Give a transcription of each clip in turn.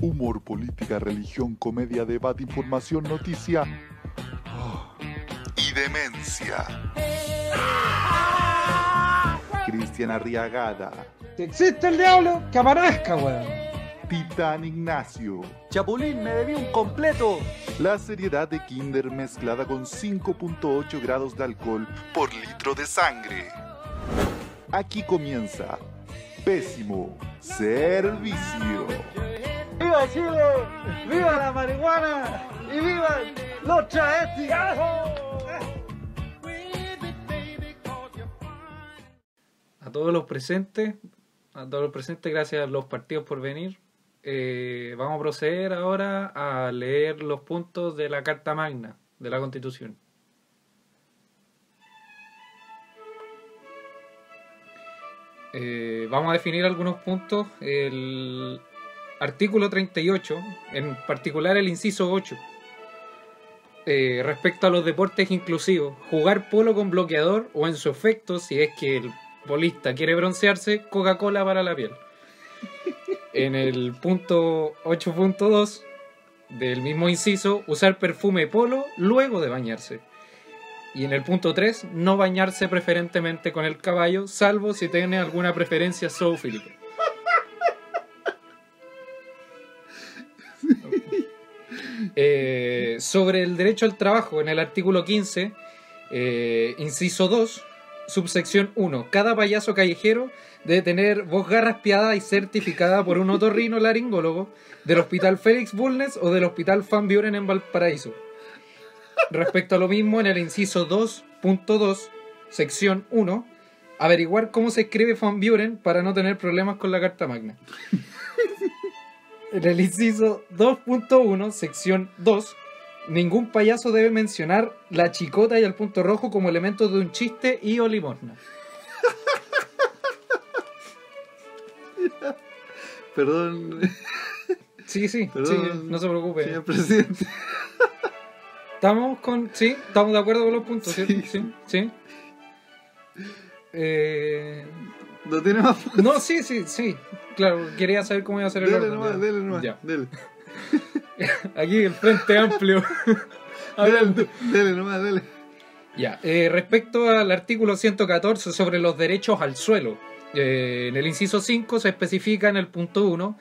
humor, política, religión, comedia, debate, información, noticia ah, y demencia. Cristian Arriagada, Si existe el diablo, que aparezca, weón. Titán Ignacio. Chapulín, me debí un completo. La seriedad de Kinder mezclada con 5.8 grados de alcohol por litro de sangre. Aquí comienza Pésimo Servicio. ¡Viva Chile! ¡Viva la marihuana! ¡Y viva los travestis! a todos los presentes, a todos los presentes, gracias a los partidos por venir. Eh, vamos a proceder ahora a leer los puntos de la Carta Magna de la Constitución. Eh, vamos a definir algunos puntos. El artículo 38, en particular el inciso 8. Eh, respecto a los deportes inclusivos, jugar polo con bloqueador o en su efecto, si es que el bolista quiere broncearse, Coca-Cola para la piel. En el punto 8.2 del mismo inciso, usar perfume polo luego de bañarse. Y en el punto 3, no bañarse preferentemente con el caballo, salvo si tiene alguna preferencia zoofílica. Eh, sobre el derecho al trabajo, en el artículo 15, eh, inciso 2, subsección 1. Cada payaso callejero debe tener voz garraspiada y certificada por un otorrino laringólogo del Hospital Félix Bulnes o del Hospital Van Buren en Valparaíso. Respecto a lo mismo, en el inciso 2.2, sección 1, averiguar cómo se escribe Van Buren para no tener problemas con la Carta Magna. En el inciso 2.1, sección 2, ningún payaso debe mencionar la chicota y el punto rojo como elementos de un chiste y o limosna. Perdón, Sí, sí, sí, Perdón, no se preocupe. señor presidente. Estamos con. Sí, estamos de acuerdo con los puntos, Sí. ¿cierto? Sí, sí. Eh, No tiene más. No, sí, sí, sí. Claro, quería saber cómo iba a ser el Dele orden, nomás, ya. dele nomás. Ya. Dele. Aquí el Frente Amplio. Hablando. Dele, dele nomás, dele. Ya, eh, respecto al artículo 114 sobre los derechos al suelo, eh, en el inciso 5 se especifica en el punto 1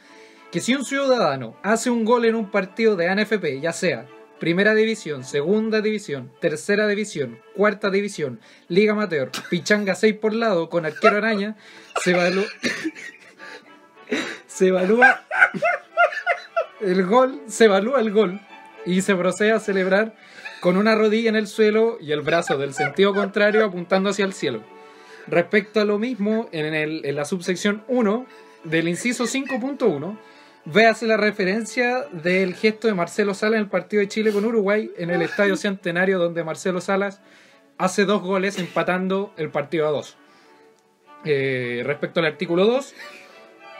que si un ciudadano hace un gol en un partido de ANFP, ya sea Primera División, Segunda División, Tercera División, Cuarta División, Liga Amateur, Pichanga 6 por lado con arquero araña, se evalúa, se evalúa el gol, se evalúa el gol y se procede a celebrar con una rodilla en el suelo y el brazo del sentido contrario apuntando hacia el cielo. Respecto a lo mismo, en, el- en la subsección 1 del inciso 5.1, véase la referencia del gesto de Marcelo Salas en el partido de Chile con Uruguay en el Estadio Centenario donde Marcelo Salas hace dos goles empatando el partido a dos. Eh, respecto al artículo 2,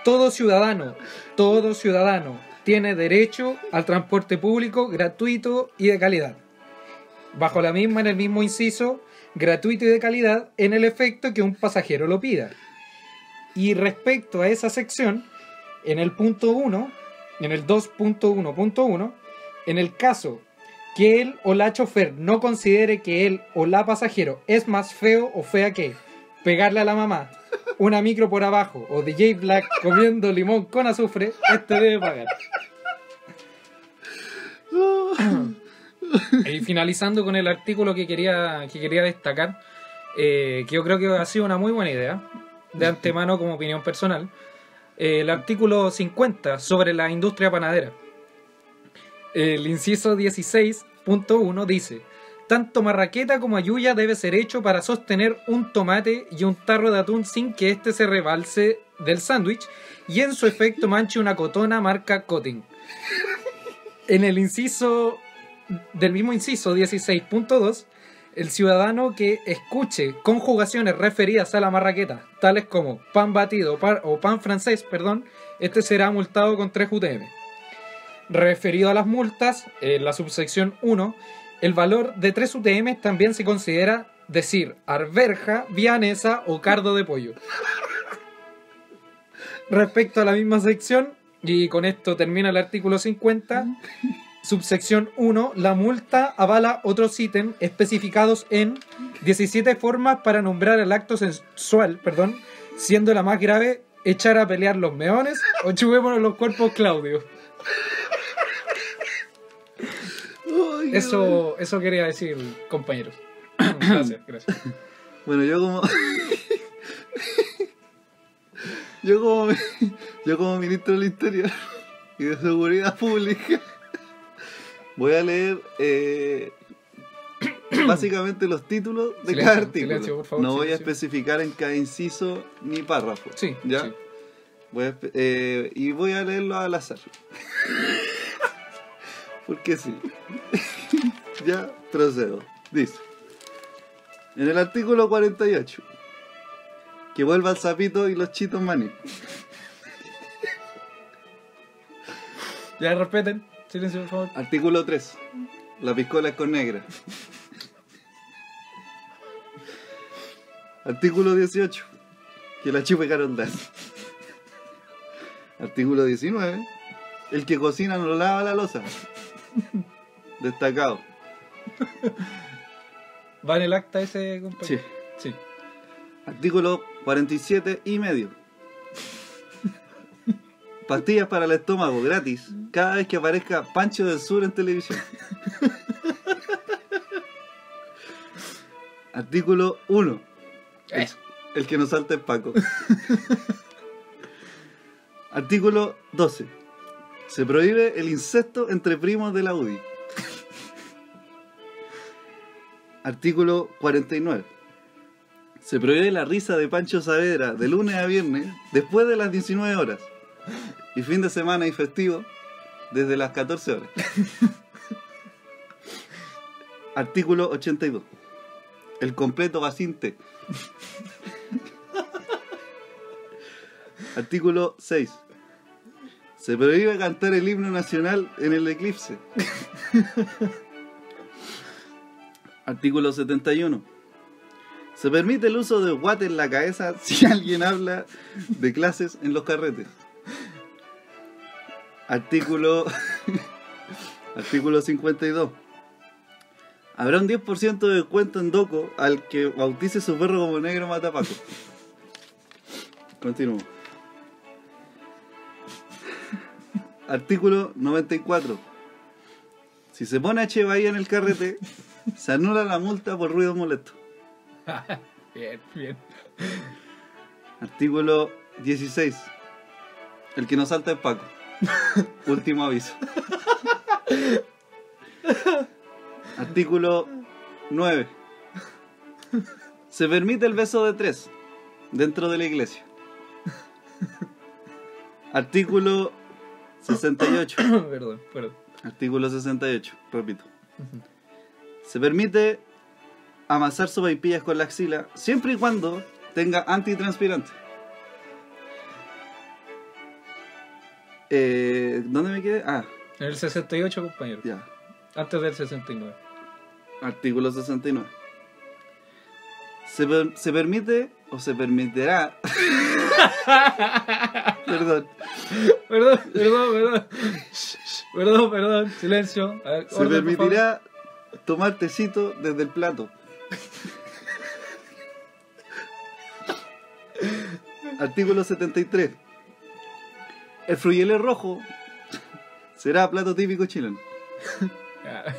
todo ciudadano, todo ciudadano tiene derecho al transporte público gratuito y de calidad. Bajo la misma, en el mismo inciso, gratuito y de calidad, en el efecto que un pasajero lo pida. Y respecto a esa sección, en el punto 1, en el 2.1.1, en el caso que él o la chofer no considere que él o la pasajero es más feo o fea que pegarle a la mamá, una micro por abajo o DJ Black comiendo limón con azufre, este debe pagar. Y finalizando con el artículo que quería, que quería destacar, eh, que yo creo que ha sido una muy buena idea, de antemano como opinión personal, eh, el artículo 50 sobre la industria panadera. El inciso 16.1 dice, tanto marraqueta como ayuya debe ser hecho para sostener un tomate y un tarro de atún sin que éste se rebalse del sándwich y en su efecto manche una cotona marca Cotting. En el inciso del mismo inciso 16.2, el ciudadano que escuche conjugaciones referidas a la marraqueta, tales como pan batido par- o pan francés, perdón, este será multado con 3 UTM. Referido a las multas, en la subsección 1, el valor de 3 UTM también se considera decir arberja, vianesa o cardo de pollo. Respecto a la misma sección, Y con esto termina el artículo 50. Subsección 1. La multa avala otros ítems especificados en 17 formas para nombrar el acto sensual, perdón, siendo la más grave echar a pelear los meones o chupémonos los cuerpos Claudio. Ay, qué bueno. Eso, eso quería decir, compañeros. Gracias, gracias. Bueno, yo como. yo como. Yo como ministro del Interior y de Seguridad Pública. Voy a leer. eh, básicamente los títulos de Silencio, cada artículo. silencio, por favor, no voy a silencio. especificar en cada inciso ni párrafo. Sí, ¿Ya? sí. Voy a espe- eh, y voy a leerlo al azar. Porque sí. ya procedo. Dice. En el artículo 48. Que vuelva el sapito y los chitos maní. Ya respeten. Silencio, por favor. Artículo 3. La piscola es con negra. Artículo 18. Que la chupe carondal. Artículo 19. El que cocina no lava la losa. Destacado. ¿Va en el acta ese, compañero? Sí. Sí. Artículo 47 y medio. Pastillas para el estómago gratis cada vez que aparezca Pancho del Sur en televisión. Artículo 1. Eh. El que nos salta es Paco. Artículo 12. Se prohíbe el incesto entre primos de la UDI. Artículo 49. Se prohíbe la risa de Pancho Saavedra de lunes a viernes después de las 19 horas. Y fin de semana y festivo desde las 14 horas. Artículo 82. El completo vacinte. Artículo 6. Se prohíbe cantar el himno nacional en el eclipse. Artículo 71. Se permite el uso de guate en la cabeza si alguien habla de clases en los carretes. Artículo Artículo 52. Habrá un 10% de descuento en Doco al que bautice su perro como negro matapaco. Continúo. Artículo 94. Si se pone H. Bahía en el carrete, se anula la multa por ruido molesto. Bien, bien. Artículo 16. El que no salta es Paco. Último aviso. Artículo 9. Se permite el beso de tres dentro de la iglesia. Artículo 68. perdón, perdón. Artículo 68, repito. Se permite amasar sopaipillas con la axila siempre y cuando tenga antitranspirante. Eh, ¿Dónde me quedé? Ah, En el 68, compañero. ya. Antes del 69. Artículo 69. Se, per- se permite o se permitirá. Perdón. Perdón, perdón, perdón. Perdón, perdón. Silencio. A ver, Se orden, por favor. permitirá tomar tecito desde el plato. Artículo 73. El fruyelé rojo será plato típico chileno. Ya.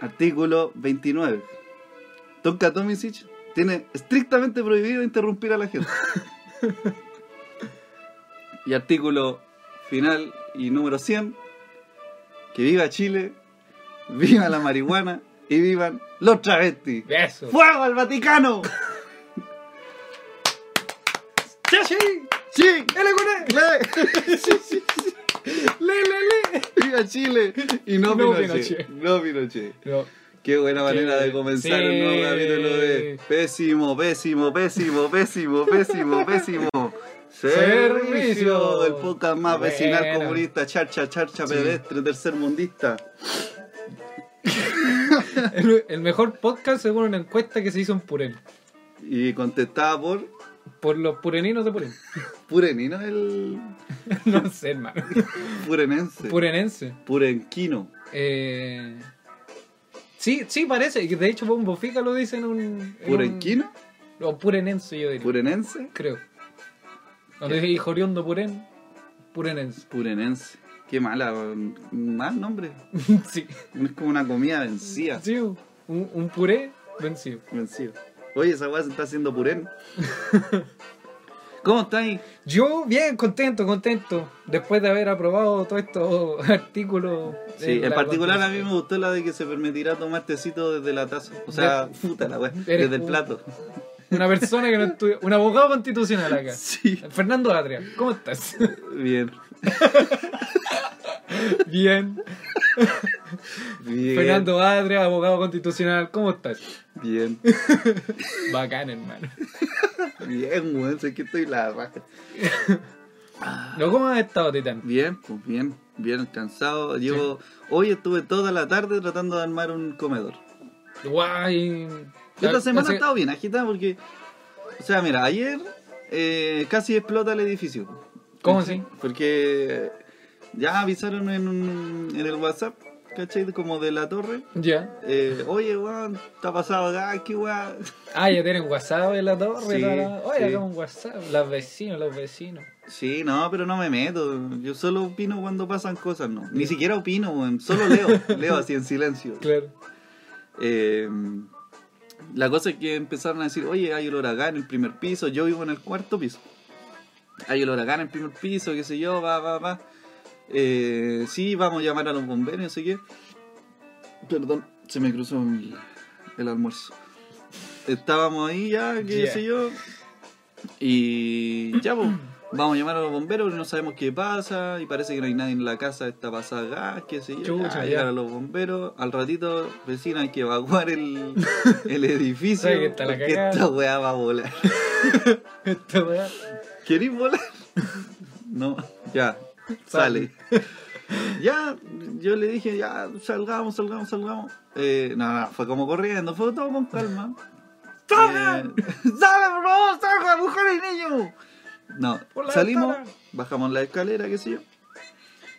Artículo 29. Tonka Tomisic tiene estrictamente prohibido interrumpir a la gente. y artículo final y número 100. Que viva Chile, viva la marihuana y vivan los travestis. Eso. ¡Fuego al Vaticano! ¡Sí, sí! ¡Sí! ¡Ele, güey! ¡Le, le, le! ¡Viva Chile! Y no, No Pinochet. Pinochet. No Pinochet. No. Qué buena manera Qué- de comenzar sí. un nuevo capítulo de Pésimo, Pésimo, Pésimo, Pésimo, Pésimo, Pésimo. Servicio. Servicio, el podcast más vecinal Buena. comunista, charcha, charcha, pedestre, tercermundista. El, el mejor podcast según una encuesta que se hizo en Purel. Y contestada por Por los pureninos de Puren. Purenino es el no sé, hermano. purenense. Purenense. Purenquino. Eh, Sí, sí, parece. De hecho, Bombo Fica lo dice en un. en un- ¿Purenquino? O purenense, yo diría. ¿Purenense? Creo. Donde dice Joriondo Purén. Purenense. Purenense. Qué mala, mal nombre. sí. Es como una comida vencida. Sí, un, un puré vencido. vencida. Oye, esa weá se está haciendo purén. ¿Cómo estáis? Yo bien contento, contento. Después de haber aprobado todos estos artículos. de Sí, en la particular a mí Constitución. me gustó la de que se permitirá tomar tecito desde la taza. O sea, puta la weá, Eres desde el un- plato. Una persona que no estudia. Un abogado constitucional acá. Sí, Fernando Atria, ¿cómo estás? bien. Bien. Bien. Fernando Atria, abogado constitucional, ¿cómo estás? Bien. Bacán, hermano. Bien, weón, sé que estoy la raja. ¿No cómo has estado, Titán? Bien, pues bien, bien cansado. Llevo, hoy estuve toda la tarde tratando de armar un comedor. Guay. Esta semana Hace- ha estado bien agitada porque, o sea, mira, ayer eh, casi explota el edificio. ¿Cómo así? Porque ya avisaron en, un- en el WhatsApp, ¿cachai? Como de la torre. Ya. eh, Oye, weón, está pasado acá, qué weón. Ah, ya tienen WhatsApp en la torre. Sí, toda la- Oye, sí. acá un WhatsApp. Los vecinos, los vecinos. Sí, no, pero no me meto. Yo solo opino cuando pasan cosas, no. Ni siquiera opino, weón. Solo leo, leo así en silencio. Claro. Eh, la cosa es que empezaron a decir, oye, hay olor acá en el primer piso, yo vivo en el cuarto piso. Hay olor acá en el primer piso, qué sé yo, va, va, va. Eh, sí, vamos a llamar a los bomberos, no sé qué. Perdón, se me cruzó el, el almuerzo. Estábamos ahí ya, qué Yeah. sé yo. Y ya, pues, vamos a llamar a los bomberos, pero no sabemos qué pasa. Y parece que no hay nadie en la casa, está pasada gas, qué sé yo. Chucha, Ya, ya. llegaron los bomberos. Al ratito, vecina, hay que evacuar el, el edificio. Sabe que está la porque cagada. esta weá va a volar. Esta weá. ¿Querís volar? No, ya, sale. ya, yo le dije, ya, salgamos, salgamos, salgamos. Eh, no, no, fue como corriendo, fue todo con calma. ¡Salgan! ¡Salgan, por favor! ¡Salgan, mujeres y niños! No, Por la salimos, ventana. bajamos la escalera, qué sé yo.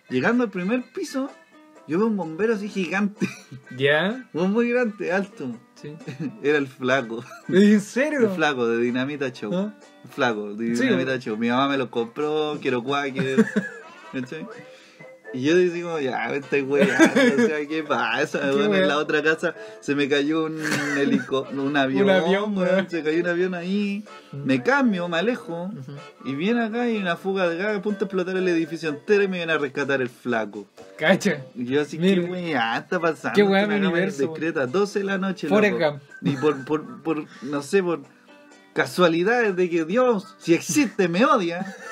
Llegando al primer piso, yo veo un bombero así gigante, Ya. un muy grande, alto. Sí. Era el flaco, ¿En el serio? flaco de Dinamita Show. ¿Ah? Flaco, de Sí. Dinamita Show. Mi mamá me lo compró, quiero cuáquer. ¿cachai? Y yo digo, ya, me estoy weyando, o sea, ¿qué pasa? weón? wea? en la otra casa se me cayó un helicóptero, un avión, Un avión, weón, weón. se cayó un avión ahí. Me cambio, me alejo, Ujú. y viene acá y una fuga de gas, a punto de explotar el edificio entero y me viene a rescatar el flaco. Cacha. Y yo así, Mira. qué weá está pasando. Qué weá Esta mi cámara universo, Indiscreta, 12 de la noche. Forrest loco. Gump. Y por, por, por, no sé, por casualidades de que Dios, si existe, me odia.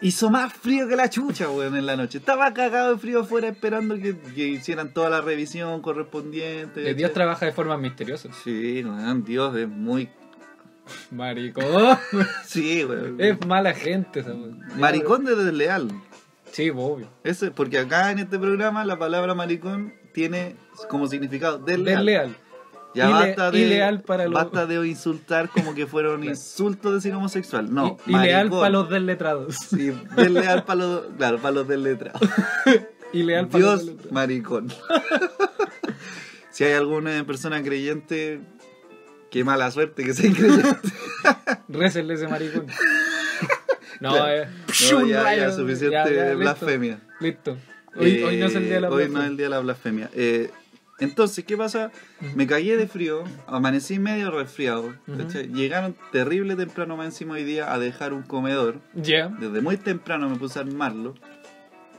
Hizo más frío que la chucha, weón, en la noche. Estaba cagado de frío afuera esperando que, que hicieran toda la revisión correspondiente. El Dios trabaja de formas misteriosas. Sí, weón, Dios es muy... Maricón. Sí, weón. es mala gente esa weá. Maricón de desleal. Sí, pues, obvio. Ese, porque acá en este programa la palabra maricón tiene como significado desleal. Desleal. Ya Ile- basta de, ileal para los- basta de insultar como que fueron Claro. insultos decir homosexual. No, I- Ileal maricón. para los desletrados. Sí, desleal para los... Claro, para los desletrados. Ileal para los Dios desletrados. maricón. si hay alguna persona creyente, qué mala suerte que sea creyente. Récenle ese maricón. No, Claro. eh, No, ya, ya, rayo, suficiente ya, ya, listo. blasfemia. Listo. Hoy, hoy no es el Eh, día de la hoy no blasfemia. es el día de la blasfemia. Eh, entonces, ¿qué pasa? Me cagué de frío, amanecí medio resfriado. Ujú. ¿cachai? Llegaron terrible temprano más encima hoy día a dejar un comedor. Ya. Desde muy temprano me puse a armarlo.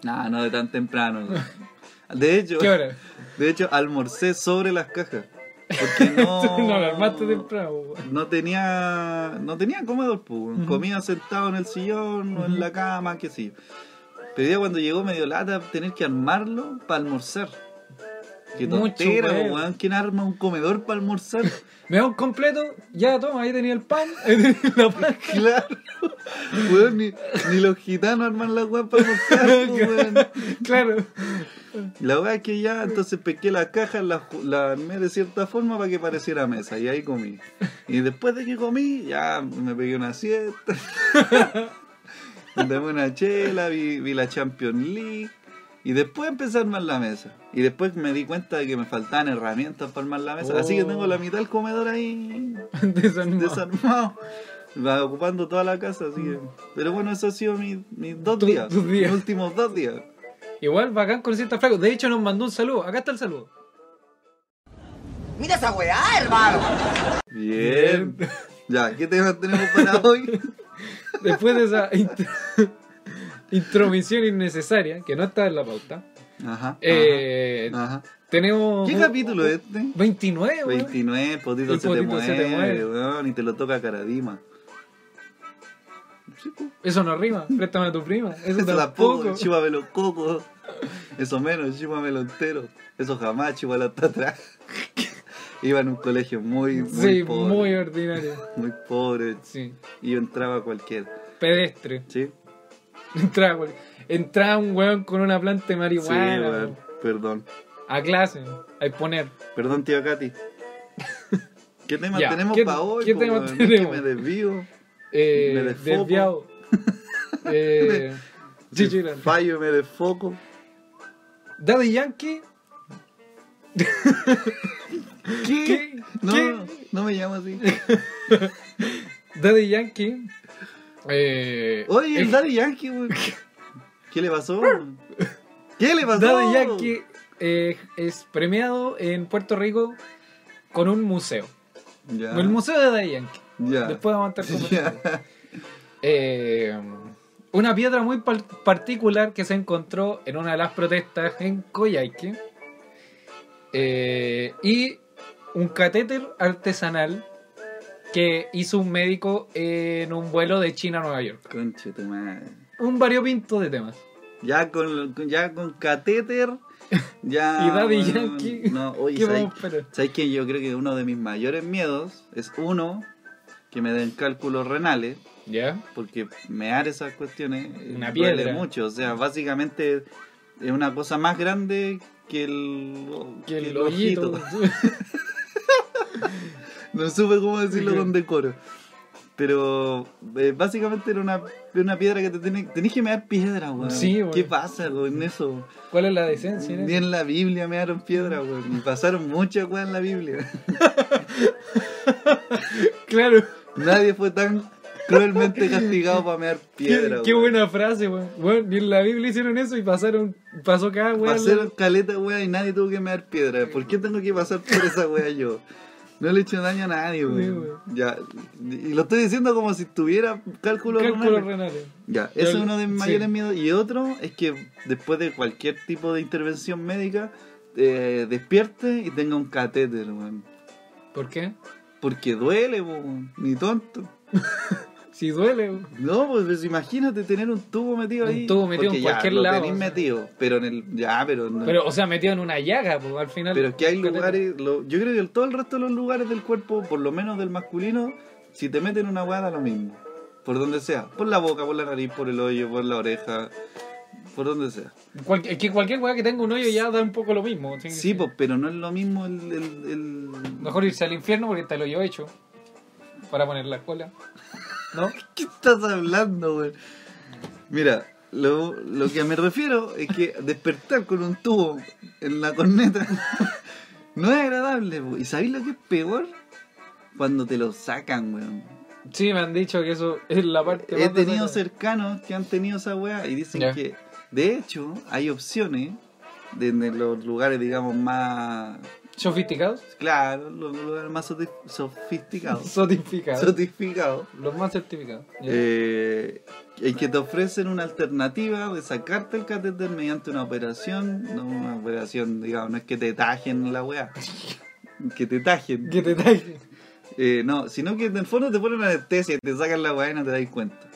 Nah, no de tan temprano. De hecho, ¿Qué hora? de hecho almorcé sobre las cajas. Porque no, No, lo armaste temprano. weón. no tenía no tenía comedor, pues. Ujú. comía sentado en el sillón o en Ujú. la cama, qué sé yo. Pero ya cuando llegó medio lata tener que armarlo para almorzar. Qué Mucho tontera, huevo. weón. ¿Quién arma un comedor para almorzar? Me da un completo, ya toma, ahí tenía el pan, ahí tenía la pasta. claro. Weón, ni, ni los gitanos arman la weá para almorzar, po, weón. Claro. La weá es que ya, entonces pesqué las cajas, las la armé de cierta forma para que pareciera mesa y ahí comí. Y después de que comí, ya me pegué una siesta. me tomé una chela, vi, vi la Champions League. Y después empecé a armar la mesa. Y después me di cuenta de que me faltaban herramientas para armar la mesa. Así que Oh. tengo la mitad del comedor ahí Desarmado. desarmado. Va ocupando toda la casa, así que... Pero bueno, eso ha sido mis, mis dos Tu- días. Mm. tus días. Mis últimos dos días. Igual bacán con cierta flaco. De hecho, nos mandó un saludo. Acá está el saludo. Mira esa weá, hermano. Bien. Ya, ¿qué temas tenemos para hoy? Después de esa int- intromisión innecesaria, que no está en la pauta, Ajá. eh, ajá, ajá. tenemos. ¿Qué capítulo es este? 29, weón. 29, potito, El se, te potito se mueve, te mueve. weón, y te lo toca Caradima. Sí, po. Eso no rima. Préstame a tu prima. Eso, Eso tampoco. tampoco, chúpame los cocos. Eso menos, chúpame lo entero. Eso jamás, chúpalo hasta atrás. Iba en un colegio muy, muy sí, pobre. muy ordinario. muy pobre. Sí. Y yo entraba a cualquier, Pedestre. ¿sí? Entraba, cual- entraba un weón con una planta de Sí, marihuana. weón, perdón. A clase. A exponer. Perdón, tío Katy. ¿Qué tema Ya, tenemos ¿qué- para hoy? qué po, tema weón? Es tenemos? Que me desvío. Eh, Me desfoco. desviado. eh, Chichi Grande. Fallo, me desfoco. Daddy Yankee. ¿Qué? No, ¿Qué? no me llamo así. Daddy Yankee. eh, Oye, el eh, Daddy Yankee, weón. ¿Qué le pasó? ¿Qué le pasó? Daddy Yankee eh, es premiado en Puerto Rico con un museo. Ya. El museo de Daddy Yankee. Ya. Después vamos a estar conversando. Ya. Eh, una piedra muy par- particular que se encontró en una de las protestas en Coyhaique. Eh, y un catéter artesanal que hizo un médico en un vuelo de China a Nueva York. Conche tu madre. Un variopinto de temas. Ya con, con- ya con catéter. Ya. Y Daddy weón, Yankee. No, oye, ¿Qué ¿sabes vamos a esperar? ¿Sabes que Yo creo que uno de mis mayores miedos es uno, que me den cálculos renales, ¿Ya? porque mear esas cuestiones eh, Una duele piedra. mucho. O sea, básicamente es una cosa más grande que el, Que el hoyito. No supe cómo decirlo Ya. con decoro. Pero eh, básicamente era una, era una piedra que te tenés, tenés que mear piedra, weón. Sí, weón. ¿Qué pasa con eso? ¿Cuál es la decencia? en Ni eso? en la Biblia mearon piedra, weón. Y pasaron muchas weas en la Biblia. Claro. Nadie fue tan cruelmente castigado para mear piedra. qué, qué weón. buena frase, weón. Weón, ni en la Biblia hicieron eso y pasaron, pasó cada weón. Pasaron caleta, weá, y nadie tuvo que mear piedra. ¿Por qué tengo que pasar por esa weá yo? No le he hecho daño a nadie, weón. Ya. Y lo estoy diciendo como si tuviera cálculo, Cálculos renal. renales. Ya, eso es Yo- uno de mis sí. mayores miedos. Y otro es que después de cualquier tipo de intervención médica, eh, despierte y tenga un catéter, weón. ¿Por qué? Porque duele, weón. Ni tonto. Si duele, weón. No, pues, pues, imagínate tener un tubo metido Un ahí. tubo metido en Porque ya, cualquier lo lado, tenés o sea. metido, pero en el. Ya, pero. No. Pero, o sea, metido en una llaga, pues al final. Pero es que hay lugares, lo- yo creo que el- todo el resto de los lugares del cuerpo, por lo menos del masculino, si te meten una hueá da lo mismo. Por donde sea. Por la boca, por la nariz, por el hoyo, por la oreja, por donde sea. Cual- es que cualquier weá que tenga un hoyo ya da un poco lo mismo. ¿sí? Sí, pues, pero no es lo mismo el... el- el- Mejor irse al infierno porque está el hoyo hecho. Para poner la cola. ¿No? ¿Qué estás hablando, güey? Mira, lo, lo que me refiero es que despertar con un tubo en la corneta no es agradable, po. ¿Y sabéis lo que es peor? Cuando te lo sacan, weón. Sí, me han dicho que eso es la parte He más desagradable. tenido cercanos que han tenido esa weá y dicen Ya. que, de hecho, hay opciones de, de los lugares, digamos, más. ¿Sofisticados? Claro, los lugares más soti- sofisticados. Sotificados. sofisticados. Los más certificados. Ya. Eh, en que te ofrecen una alternativa de sacarte el catéter mediante una operación, no una operación, digamos, no es que te tajen la weá. Que te tajen. Que te taje. Eh, no, sino que en el fondo te ponen anestesia y te sacan la weá y no te das cuenta.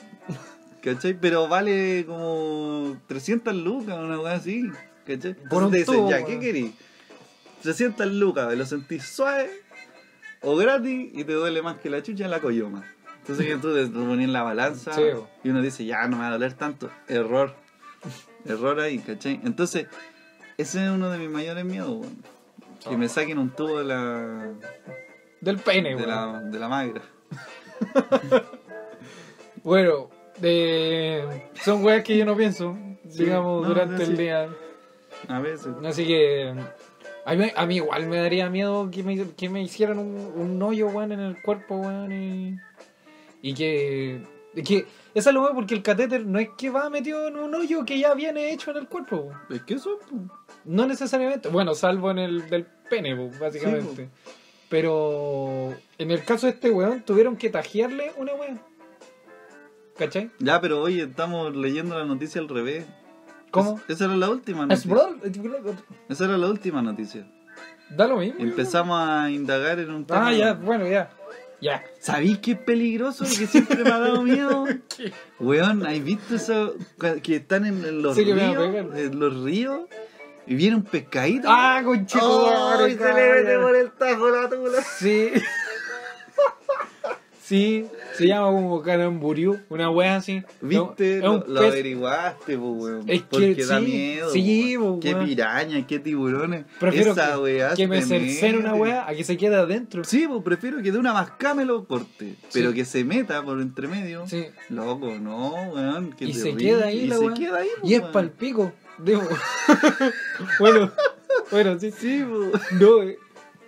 ¿Cachai? Pero vale como 300 lucas, una weá así. ¿Cachai? Por Entonces un te dicen, tubo, ya, weón. ¿qué querís? 300 lucas, lo sentís suave o gratis y te duele más que la chucha en la coyoma. Entonces que tú te pones en la balanza Sí, bo. y uno dice, ya no me va a doler tanto. Error. Error ahí, ¿cachai? Entonces, ese es uno de mis mayores miedos, weón. Ah. Que me saquen un tubo de la, Del pene, de weón. la, de la magra. Bueno, eh, son weas que yo no pienso, Sí, digamos, no, durante no, el sí. día. A veces. Así que a mí, a mí igual me daría miedo que me, que me hicieran un, un hoyo, weón, en el cuerpo, weón, y, y que... y que esa es lo bueno porque el catéter no es que va metido en un hoyo que ya viene hecho en el cuerpo, weón. Es que eso, po. no necesariamente, bueno, salvo en el del pene, weón, básicamente. Pero en el caso de este weón tuvieron que tajearle una weón. ¿Cachai? Ya, pero oye, estamos leyendo la noticia al revés. ¿Cómo? Es- esa era la última Es noticia. bro- Esa era la última noticia. Da lo mismo. Empezamos a indagar en un tema. Ah, ya, bueno, ya. Ya. ¿Sabéis que es peligroso y que siempre me ha dado miedo? Weón, ¿has visto eso? Cu- Que están en en los Sí, que me va a ríos. pegar. En los ríos. Y viene un pescadito. Ah, conchito. ¡Oh! Y se le mete por el tajo la tula. Sí. sí, se llama como caramburiú, una wea así. ¿Viste? No, lo es un lo pez- averiguaste, po, weón. Es que porque da sí, miedo. sí, weón. po, Qué weón. piraña, qué tiburones. Prefiero Esa que, weá que me te cercen una mete. wea a que se quede adentro. Sí, pues prefiero que de una mascada me lo corte, pero que se meta por entre medio. Sí. Loco, no, weón. Que Y se terrible. queda ahí y la se weá. queda ahí, Y es pues, weón. pa'l pico. Digo. bueno, bueno, sí. Sí, pues. No, eh,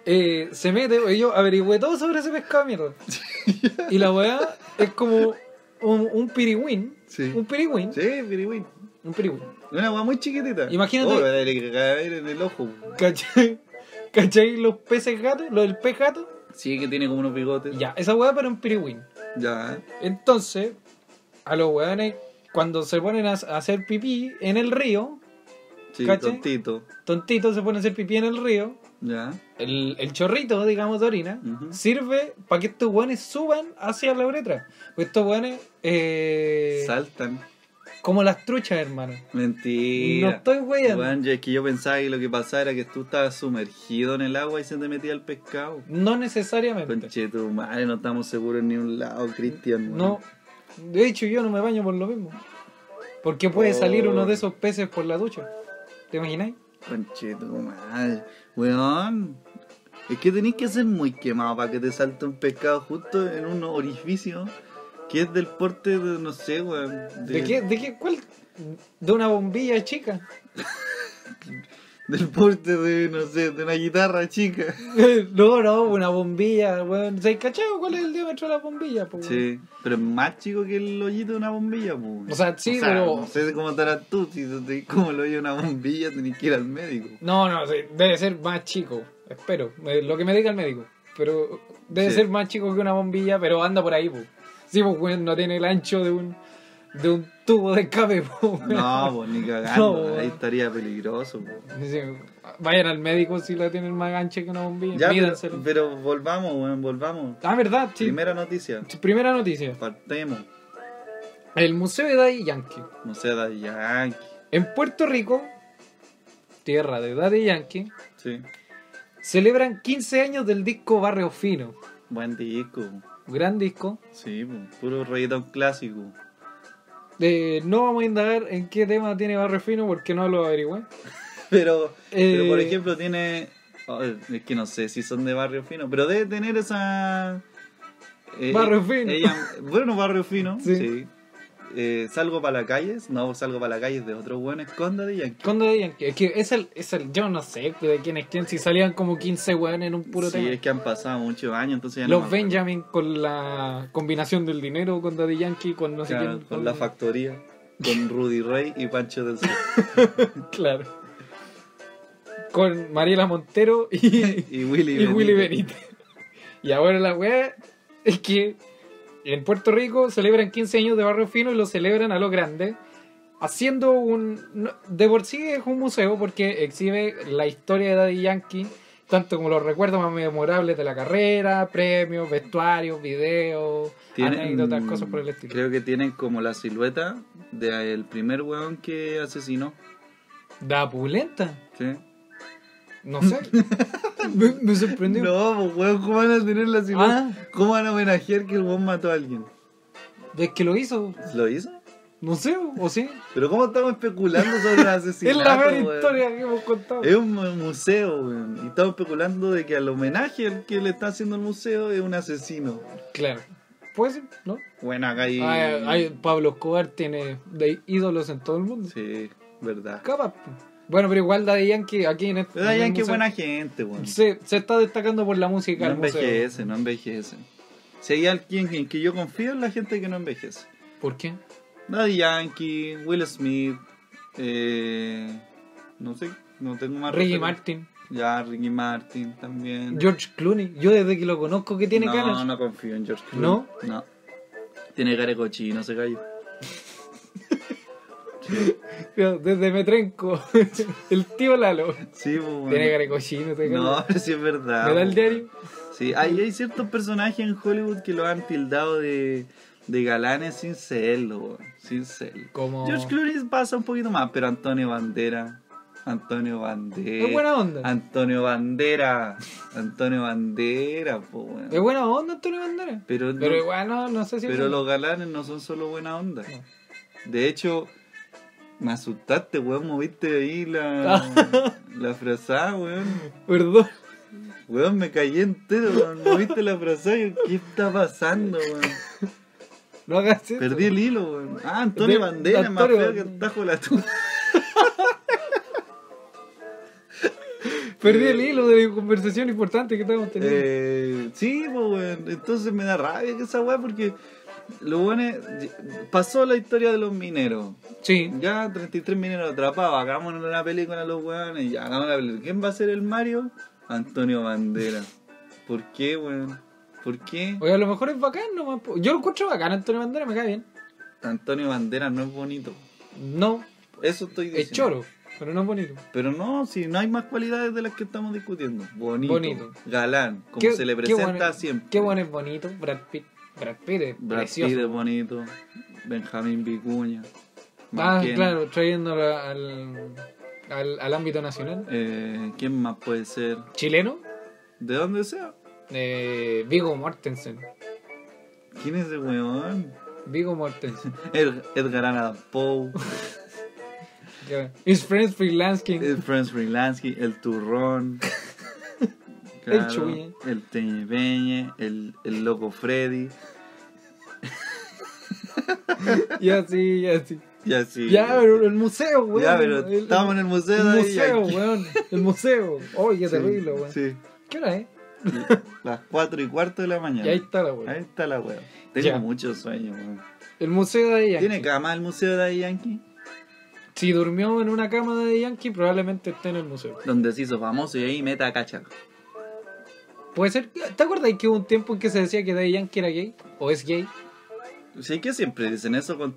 eh, se mete, eh, yo averigüé todo sobre ese pescado, mierda. y la weá es como un, un pirigüín. Sí. Un pirigüín. Sí, pirigüín. Un pirigüín. Una weá muy chiquitita. Imagínate- Oh, le va a dar el cadáver en el ojo. weón. ¿Cachai? ¿Cachai? Los peces gatos, lo del pez gato. Sí, que tiene como unos bigotes. Ya, esa weá para un pirigüín. Ya. Entonces, a los weones, cuando se ponen a a hacer pipí en el río, Sí, ¿Cachai? tontito. tontitos se ponen a hacer pipí en el río, Ya. el, el chorrito, digamos, de orina, Ujú. sirve para que estos weones suban hacia la uretra. Pues estos weones, eh, Saltan. como las truchas, hermano. Mentira. No estoy weyando. Weón, yo- es que yo pensaba que lo que pasaba era que tú estabas sumergido en el agua y se te metía el pescado. No necesariamente. Conche tu madre, no estamos seguros en ningún lado, Cristian. weón. No, de hecho yo no me baño por lo mismo. Porque puede Oh. salir uno de esos peces por la ducha. ¿Te imagináis? Conche tu madre. Weón. Es que tenés que ser muy quemado para que te salte un pescado justo en un orificio que es del porte de, no sé, weón. ¿De qué? ¿De qué? ¿Cuál? De una bombilla chica. Del porte de, no sé, de una guitarra chica. no, no, una bombilla, weón. ¿Se cachado cuál es el diámetro de la bombilla? po, weón? Sí. Pero es más chico que el hoyito de una bombilla, pues. weón. O sea, sí, pero- No sé cómo estarás tú, si tú te- como el hoyo de una bombilla tenés que ir al médico. No, no, sí, debe ser más chico. Espero. me- lo que me diga el médico. Pero debe Sí. ser más chico que una bombilla, pero anda por ahí, po. Sí, pues, weón, no tiene el ancho de un, de un tubo de escape, po, weón. No, pues ni cagando, No, ahí weón. estaría peligroso. weón. Dice, Vayan al médico si la tienen más ancha que una bombilla. Ya, pero, mídanselo. pero volvamos, weón, volvamos. Ah, verdad, sí. Primera, Primera noticia. noticia. Partemos. El Museo de Daddy Yankee. No sea Daddy Yankee. En Puerto Rico, tierra de Daddy Yankee, Sí. celebran 15 años del disco Barrio Fino. Buen disco. Gran disco. Sí, po, puro reggaetón clásico. Eh, no vamos a indagar en qué tema tiene Barrio Fino porque no lo averigüé. Pero, pero por Eh. ejemplo, tiene. oh, es que no sé si son de barrio fino, pero debe tener esa. eh, Barrio Fino. ella- bueno, barrio fino. Sí. Sí. Eh, salgo para la calle, no, salgo para la calle de otro buen esconda de Yankee. Con Daddy Yankee. Es que es el, es el. Yo no sé de quién es quién. Si salían como 15 weones en un puro sí, tema. es que han pasado muchos años, entonces ya no me Los acuerdo. Benjamin con la combinación del dinero con Daddy Yankee, con no sé Claro, quién. con la factoría, con Rudy Rey y Pancho del Sur. Claro. Con Mariela Montero y, Y Willy y Willy Benítez. Benítez. Y ahora la weá es que en Puerto Rico celebran 15 años de Barrio Fino y lo celebran a lo grande. Haciendo un. no- De por sí es un museo porque exhibe la historia de Daddy Yankee, tanto como los recuerdos más memorables de la carrera, premios, vestuarios, videos, anécdotas, cosas por el estilo. Creo que tienen como la silueta del primer weón que asesinó. Da pulenta. ¿sí? No sé. me, me sorprendió. No, pues, weón, ¿cómo van a tener la sino- Ah. ¿Cómo van a homenajear que el weón mató a alguien? Es que lo hizo. ¿Lo hizo? No sé, o sí. Pero ¿cómo estamos especulando sobre el Es asesinato? la peor weón? historia que hemos contado. Es un mu- museo, weón. Y estamos especulando de que al homenaje al que le está haciendo el museo es un asesino. Claro. Puede ser, ¿no? Bueno, acá hay... Ay, ay, Pablo Escobar tiene de ídolos en todo el mundo. Sí, verdad. Capaz. po. Bueno, pero igual Daddy Yankee aquí en este. Pero Dayan, en qué el museo, buena gente, weón. Se, se está destacando por la música No del museo. envejece, no envejece. Si hay alguien en que yo confío, es la gente que no envejece. ¿Por qué? Daddy Yankee, Will Smith, eh, no sé, no tengo más Ricky referencia. Martin, Ya, Ricky Martin también. George Clooney. Yo desde que lo conozco que tiene no, ganas. No, confío en George Clooney. ¿No? No. Tiene cara de cochino, se cayó. Desde Metrenco. el tío Lalo. Sí, pues, bueno. Tiene cara de cochino, te No, cago. pero sí es verdad. ¿Me da el pues, diario? bueno. Sí, hay, hay ciertos personajes en Hollywood que lo han tildado de, de galanes sin serlo, weón, sin serlo. Como. George Clooney pasa un poquito más, pero Antonio Bandera. Antonio Bandera. Es buena onda. Antonio Bandera. Antonio Bandera, po, weón. Es buena onda Antonio Banderas. Pero, no- Pero igual no, no sé si. pero los galanes no son solo buena onda. De hecho, me asustaste, weón. Moviste ahí la, la frazada, weón. Perdón. Weón, me caí entero, weón. Moviste la frazada. y yo, ¿Qué está pasando, weón? No hagas eso. Perdí el hilo, weón. Ah, Antonio De- Bandera, más Antonio feo que Banderas. el tajo de la tuya. Perdí el hilo de la conversación importante que estábamos teniendo. Eh, sí, pues, weón. Entonces me da rabia que esa weá porque lo bueno es- pasó la historia de los mineros. sí. Ya 33 mineros atrapados, hagamos una película a los weones, ya hagamos la película. ¿Quién va a ser el Mario? Antonio Bandera. ¿Por qué, weón? ¿Por qué? Oye, a lo mejor es bacán nomás. po. Yo lo encuentro bacán, Antonio Banderas me cae bien. Antonio Bandera no es bonito. No, Eso estoy diciendo. es choro, pero no es bonito. Pero no, si no hay más cualidades de las que estamos discutiendo. Bonito. Bonito. Galán, como Qué- se le qué presenta bueno- siempre. Qué bueno es bonito, Brad Pitt. Brad Pitt es Brad Pitt precioso. es bonito, Benjamín Vicuña. ah, Manquena. claro, trayéndolo al, al, al ámbito nacional. Eh, ¿Quién más puede ser? Chileno, ¿De dónde sea? eh, Vigo Mortensen. ¿Quién es ese weón? Vigo Mortensen. Ed- Edgar Allan Poe, Ya. His friends freelancing. el Franz Frilansky, el Turrón, El Chuye. el Teñebeñe, el, el Loco Freddy, Y así, y así. y así. Ya, pero el museo, weón. Ya, pero El- el- estamos en el museo. El de museo, Yankee. weón. El museo. Oye, qué Sí, terrible, weón. Sí, ¿Qué hora es? las 4 y cuarto de la mañana. Y ahí está la Ahí weón. está la weón. Tengo Ya. mucho sueño, weón. El museo de Yankee. ¿Tiene cama el museo de Daddy Yankee? Si durmió en una cama de Yankee, probablemente esté en el museo. Donde se hizo famoso y ahí meta a cachaco. Puede ser. ¿Te acuerdas que hubo un tiempo en que se decía que Daddy Yankee era gay? ¿O es gay? Sí, que siempre dicen eso con...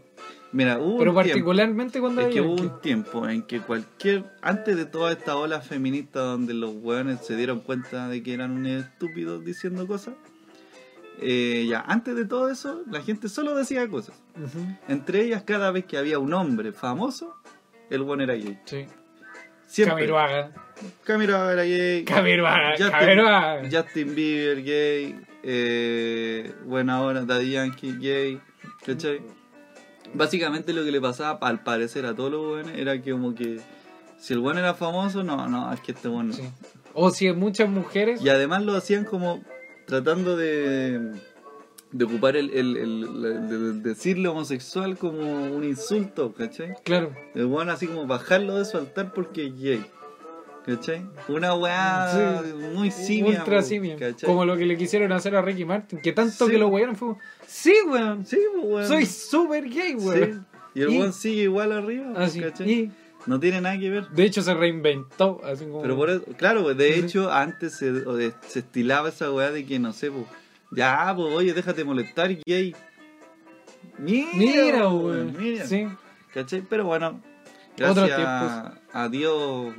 Mira, hubo Pero un tiempo, particularmente cuando es Daddy que hubo Yankee. un tiempo en que cualquier... Antes de toda esta ola feminista donde los hueones se dieron cuenta de que eran unos estúpidos diciendo cosas, eh, ya, antes de todo eso, la gente solo decía cosas. Ujú, Entre ellas, cada vez que había un hombre famoso, el hueón era gay. Sí. Siempre. Camiroaga. Camiroaga era gay. Camiroaga. Justin- Camiroaga. Justin Bieber gay, eh, buena hora, Daddy Yankee gay, ¿cachai? Básicamente lo que le pasaba al parecer a todos los buenos era que como que si el bueno era famoso, no, no, es que este bueno. Sí. O si es muchas mujeres. Y además lo hacían como tratando de, de ocupar el, el- el- la- de- de decirle homosexual como un insulto, ¿cachai? Claro. El bueno así como bajarlo de su altar porque es gay. ¿Cachai? Una weá Sí. muy simia. Ultra po, simia. ¿cachai? Como lo que le quisieron hacer a Ricky Martin. Que tanto Sí. que lo wearon fue. como, Sí, weón. Sí, pues, weón. Soy súper gay, Sí. weón. Y el Y- weón sigue igual arriba. pues, Así. ¿cachai? Y No tiene nada que ver. de hecho se reinventó. Así como. Pero por eso, claro, pues, de Sí, sí. hecho, antes se, o de- se estilaba esa weá de que no sé, pues. Ya, pues, oye, déjate molestar, gay. Mira, Mira, pues, weón. Mira. Sí. ¿Cachai? Pero bueno, Otros gracias a, a Dios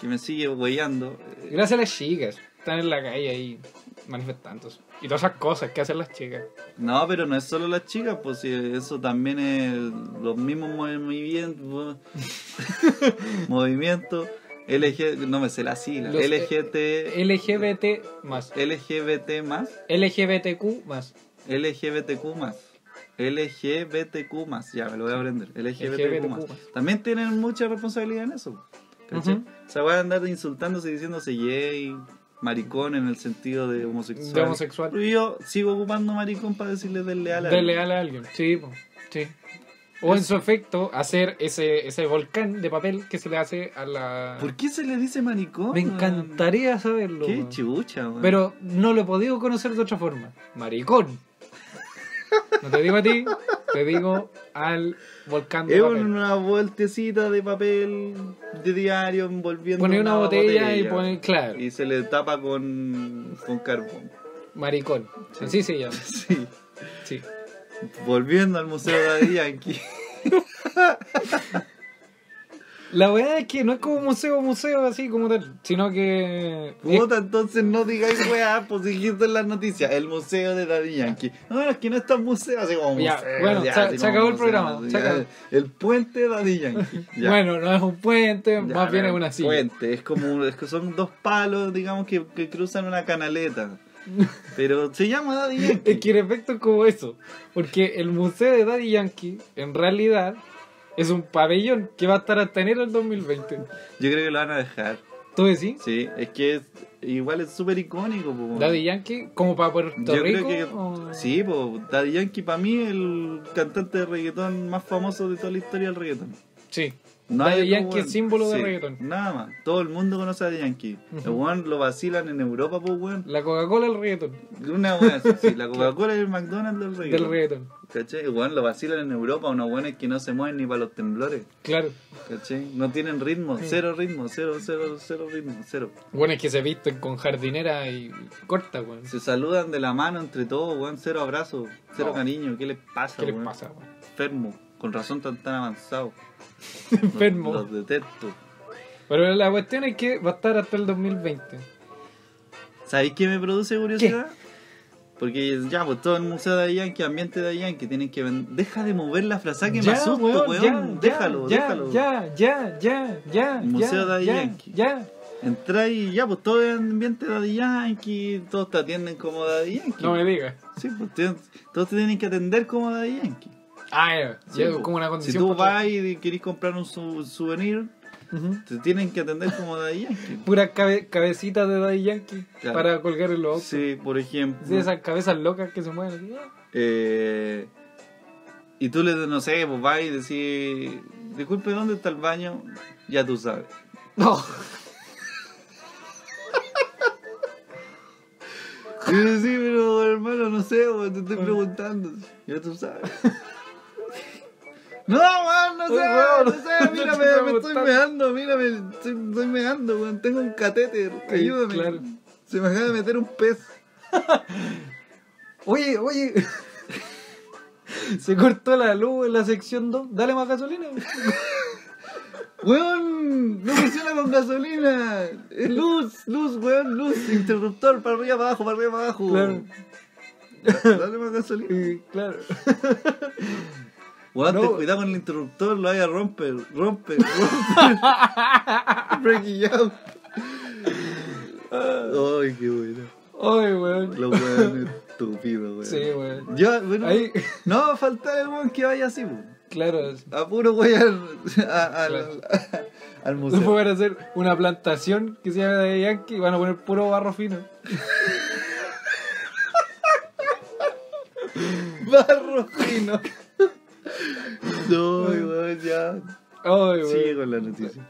que me sigue weyando. eh, Gracias a las chicas. Están en la calle ahí manifestantes. Y todas esas cosas que hacen las chicas. No, pero no es solo las chicas, pues si eso también es los mismos movimientos, movimientos LG, no me sé la sigla. Los- eh, LGT, LGBT más. LGBT más, LGBTQ más. LGBTQ más. LGBTQ más, ya me lo voy a aprender. LGBTQ LGBTQ+. más. También tienen mucha responsabilidad en eso. ¿cachai? Ujú. Se van a andar insultándose y diciéndose gay, maricón en el sentido de homosexual. De homosexual. Y Yo sigo ocupando maricón para decirle desleal a Dele a alguien. Sí, po, sí. O en su efecto, hacer ese, ese volcán de papel que se le hace a la. ¿Por qué se le dice maricón? Me weón? encantaría saberlo. Qué weón. chucha, weón. Pero no lo he podido conocer de otra forma. Maricón. No te digo a ti, te digo al volcán de Es papel. una vueltecita de papel de diario envolviendo Pone una botella, y pone, claro, y se le tapa con, con carbón. maricón. Así se llama. Sí. Sí. Volviendo al museo de Yankee. La verdad es que no es como museo, museo así como tal, sino que. es- Puta, entonces no digáis weá, pues dijiste en las noticias, el museo de Daddy Yankee. No, es que no está un museo, así como Ya, museo. bueno, se- así se como acabó el museo, programa, así, se acabó. El puente de Daddy Yankee. ya. Bueno, no es un puente, Ya, más bien es pero una silla. Puente, es como, un- es que son dos palos, digamos, que, que cruzan una canaleta. Pero se llama Daddy Yankee. Es que en efecto es como eso. Porque el museo de Daddy Yankee, en realidad, es un pabellón que va a estar hasta enero del 2020. Yo creo que lo van a dejar. ¿Tú decís? Sí, es que es- igual es súper icónico. po. Daddy Yankee, como para Puerto Yo Rico. creo que. o- Sí, po, Daddy Yankee para mí es el cantante de reggaetón más famoso de toda la historia del reggaetón. Sí. No Daddy hay otro Yankee weón. es símbolo de reggaetón. Nada más. Todo el mundo conoce a Daddy Yankee. El Ujú. weón lo vacilan en Europa, pues weón. La Coca-Cola del reggaetón. Una weón así, sí, La Coca-Cola y el McDonald's del reggaetón. Del reggaetón. ¿Cachai? Weón, lo vacilan en Europa, unos weones que no se mueven ni para los temblores. Claro. ¿Cachai? No tienen ritmo, cero ritmo, cero, cero, cero ritmo, cero. Bueno, es que se visten con jardinera y corta, weón. Se saludan de la mano entre todos, weón, cero abrazo, cero No. cariño. ¿Qué les pasa, ¿Qué les weón? pasa, weón? Enfermo, con razón tan, tan avanzado. Enfermo. Los, los detesto. Pero la cuestión es que va a estar hasta el 2020. ¿Sabéis qué me produce curiosidad? Porque ya, pues todo el museo de Yankee, ambiente de Yankee, tienen que ven- Deja de mover la frase que me asusto, Ah, weón. déjalo, ya, déjalo. Ya, ya, ya, ya. Museo ya, Daddy ya, Yankee. Ya. Entra y ya, pues todo es ambiente de Daddy Yankee, todos te atienden como Daddy Yankee. No me digas. Sí, pues te- todos te tienen que atender como Daddy Yankee. Ah, ya. Sí, ya, pues. como una Si condición. tú contra- vas y querés comprar un su- souvenir, Ujú. te tienen que atender como Daddy Yankee. Puras cabe- cabecitas de Daddy Yankee Claro. para colgar en los autos. Sí, por ejemplo. Sí, esas cabezas locas que se mueven. así. Eh, y tú le no sé, pues vas y decís, disculpe, ¿dónde está el baño? Ya tú sabes. No. Y yo, sí, pero hermano, no sé, weón, te estoy preguntando. Ya tú sabes. No, weón, no sé, Oye, weón, no weón, sé, no mírame, te estoy me estoy preguntando. meando, mírame, estoy, estoy meando, weón, tengo un catéter, ayúdame. claro. Se me acaba de meter un pez. Oye, oye. Se cortó la luz en la sección 2. Dale más gasolina. Weón, no funciona con gasolina. Es Luz, luz, weón, luz. Interruptor, para arriba, para abajo, para arriba, para abajo. Claro. Dale más gasolina. Eh, claro. Weón, No. te cuidado con el interruptor, lo vaya a romper, rompe, rompe. Breaking out. Ay, qué bueno. Oye, weón. Los weones estúpidos, weón. Sí, weón. Ya, bueno. Ahí, No va a faltar el weón que vaya así, weón. claro. A puro weón al, a- al- Claro. al museo. Después van a hacer una plantación que se llama de Yankee y van a poner puro barro fino. Barro fino. No, weón, ya. Ay, weón. Sigue con la noticia.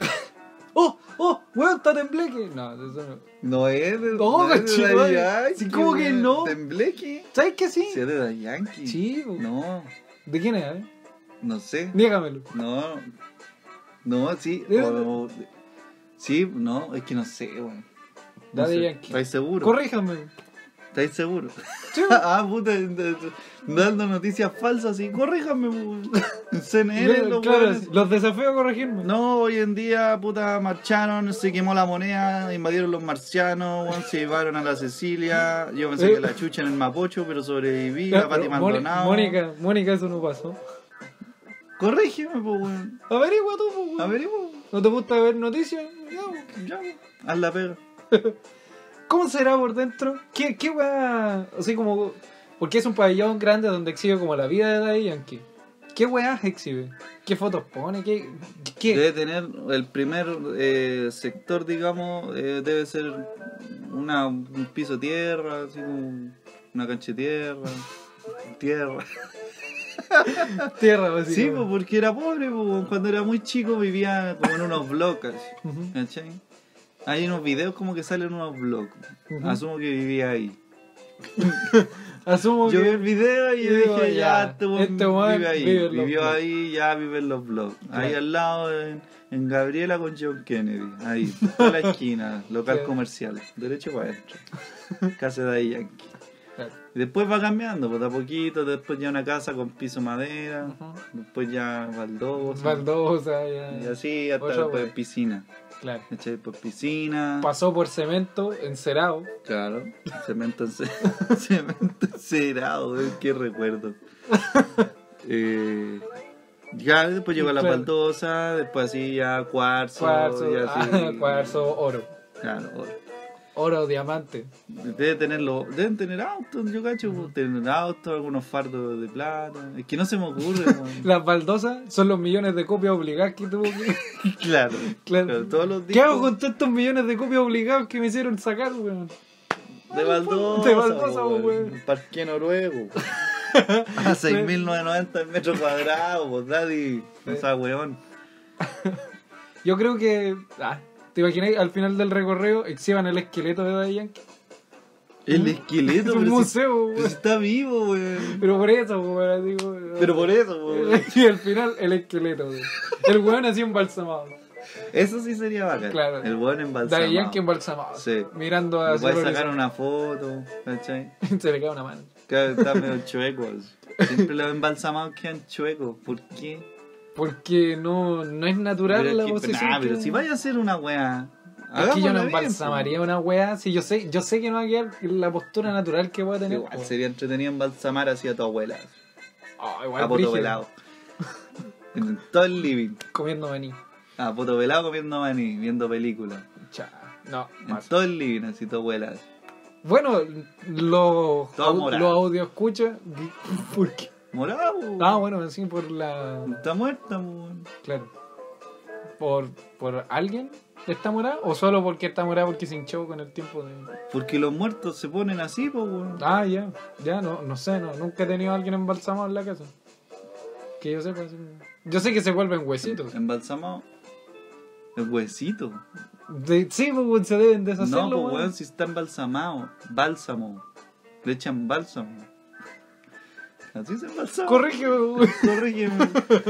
¡Oh! ¡Oh! ¡Weón, está tembleque! No, eso no. No es de, No, no es de cochino, Daddy eh. Yankee. Sí, ¿cómo que weón. no? Tembleque. ¿Sabes que sí? Si es de Daddy Yankee. Sí, weón. No, ¿De quién es? eh? no sé. Niégamelo. No. No, sí. ¿De o- o- sí, no, es que no sé, weón. No Daddy sé. Yankee. ¿Estáis seguro? Corríjame. ¿Estáis seguro? Sí, weón. ah, puta, dando noticias falsas y corríjame, weón. En CNN, los claro, weones. los desafío a corregirme. No, hoy en día, puta, marcharon, se quemó la moneda, invadieron los marcianos, weón, se llevaron a la Cecilia. Yo pensé Eh. que la chucha en el Mapocho, pero sobreviví, Claro, la Pati Mónica- Maldonado. Mónica, Mónica, eso no pasó. Corrígeme, po, weón. Averigua tú, pues, po, weón. Averigua. ¿No te gusta ver noticias? Ya, weón. Ya, weón. Haz la pega. ¿Cómo será por dentro? ¿Qué, qué weá? Así como. Porque es un pabellón grande donde exhibe como la vida de Daddy Yankee. ¿Qué weá exhibe? ¿Qué fotos pone? ¿Qué? qué? Debe tener el primer eh, sector, digamos, eh, debe ser una, un piso tierra, así como una cancha de tierra, tierra. Tierra, así Sí, pues, como- porque era pobre, pues, weón. cuando era muy chico vivía como en unos blogs, Ujú. ¿cachai? Hay unos videos como que salen unos blogs. Ujú. Asumo que vivía ahí. Asumo Yo vi que. el video y Yo digo, dije, ya, ya, este weón este weón vive ahí. vive en los Vivió blogs. ahí, ya vive en los blogs. Ahí Claro. al lado, en, en Gabriela con John Kennedy. Ahí, a la esquina, local Claro. comercial. Derecho para adentro. Casa de ahí, Yankee. Claro. Y después va cambiando, pues de a poquito. Después ya una casa con piso madera. Ujú. Después ya baldosa. Baldosa, ya. Y así hasta Otra después wea. piscina. Claro. ¿Cachai? Después piscina. Pasó por cemento, encerado. Claro, cemento, ence- cemento encerado, weón, qué recuerdo. Eh, ya después llegó la Claro. baldosa, después así Oh, ya cuarzo, Cuarzo, y así. ah, cuarzo, oro. Claro, Oro, diamante. debe tenerlo, deben tener autos, yo cacho, tener autos, algunos fardos de plata. Es que no se me ocurre, weón. Las baldosas son los millones de copias obligadas que tuvo que. claro, Claro. Pero todos los ¿Qué días hago con todos estos millones de copias obligados que me hicieron sacar, weón? de baldosa, De baldosa, weón. weón. Parque noruego. A 6.990 metros cuadrados, pues, daddy. O sea, weón. Yo creo que. Ah, ¿Te imaginas al final del recorrido exhiban el esqueleto de Daddy Yankee? El Es esqueleto, un pero, si, ¿Eh? museo, pero si weón. está vivo, weón. Pero por eso, weón, así, weón. Pero por eso, weón. Y al final, el esqueleto, weón. El weón así embalsamado. Eso sí sería bacán. Claro. El buen embalsamado. Daddy Yankee embalsamado. Sí. Mirando Le a puedes sacar una foto, ¿cachai? Se le cae una mano. Claro, está medio chueco. así. Siempre los embalsamados quedan chuecos. ¿Por qué? Porque no, no es natural pero, la es que- posición. nah, Ah, pero que- si vaya a ser una weá. Es que yo no hagámosla bien, embalsamaría una weá. Si yo sé, yo sé que no va a quedar la postura natural que voy a po. tener. Igual po. sería entretenido embalsamar así a tu abuela. Ah, igual A poto brígido. pelado. En todo el living. Comiendo maní. A poto pelado comiendo maní, viendo películas. Cha, No, En más. todo el living, así tu abuela. Bueno, los, Todo morado. los audio escucha. ¿Por qué? Morado. Ah, bueno, así por la. Está muerta, weón. Claro. ¿Por, por alguien está morada? ¿O solo porque está morada porque se hinchó con el tiempo de.? Porque los muertos se ponen así, pues, weón. Ah, ya. Ya, no, no sé, no. Nunca he tenido a alguien embalsamado en la casa. Que yo sepa. así. Yo sé que se vuelven huesitos. Embalsamado. El huesito. De- sí, pues, weón, se deben No, deshacerlo. pues, weón. weón, si está embalsamado. Bálsamo. Le echan bálsamo. Así se embalsama. Corrige, pues, weón. Corrígeme.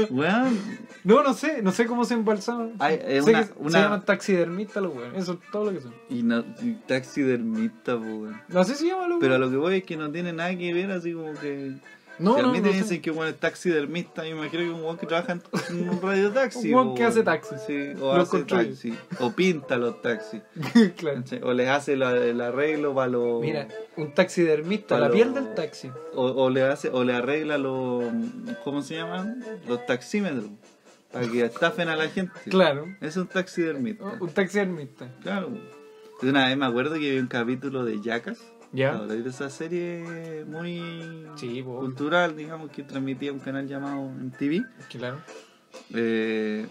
weón. No, no sé, no sé cómo se embalsaban. Hay, eh, Sé una, que una- Se llaman taxidermistas los weones, eso es todo lo que son. Y no, y taxidermista, pues, weón. No sé si llaman los Pero a weones. lo que voy es que no tiene nada que ver, así como que. No, si a no, mí no te sé. dicen que bueno, es taxidermista, yo me imagino que un weón que trabaja en- en un radio taxi. Un weón que hace taxi. taxi. Sí, o Los hace construye. taxi. O pinta los taxis. Claro. ¿cachai? O les hace la- el arreglo para los. Mira, un taxidermista, Para la lo- piel del taxi. O, o le hace, o le arregla los. ¿Cómo se llaman? Los taxímetros. Para que estafen a la gente. Claro, Oh, Es un taxidermista. un un taxidermista. Claro. Yo Una vez me acuerdo que vi un capítulo de Yacas. ¿Ya? Habláis de esa serie muy Sí, po, cultural, digamos, que transmitía un canal llamado MTV. claro. Eh,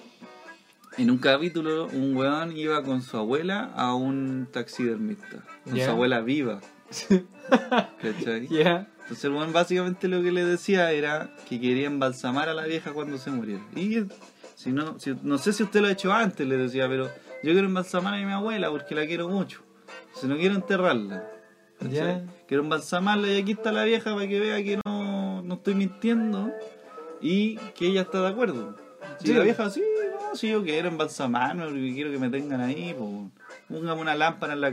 en un capítulo, un weón iba con su abuela a un taxidermista. Con Ya. su abuela viva. ¿Cachai? Ya, Entonces el weón básicamente lo que le decía era que quería embalsamar a la vieja cuando se muriera. Y si no, si- no sé si usted lo ha hecho antes, le decía, pero yo quiero embalsamar a mi abuela porque la quiero mucho. Si no quiero enterrarla. ¿cachai? Ya. Quiero embalsamarla y aquí está la vieja para que vea que no, no estoy mintiendo y que ella está de acuerdo. Si Sí. la vieja, sí, no, si yo quiero embalsamarme porque quiero que me tengan ahí, pues, póngame una lámpara en la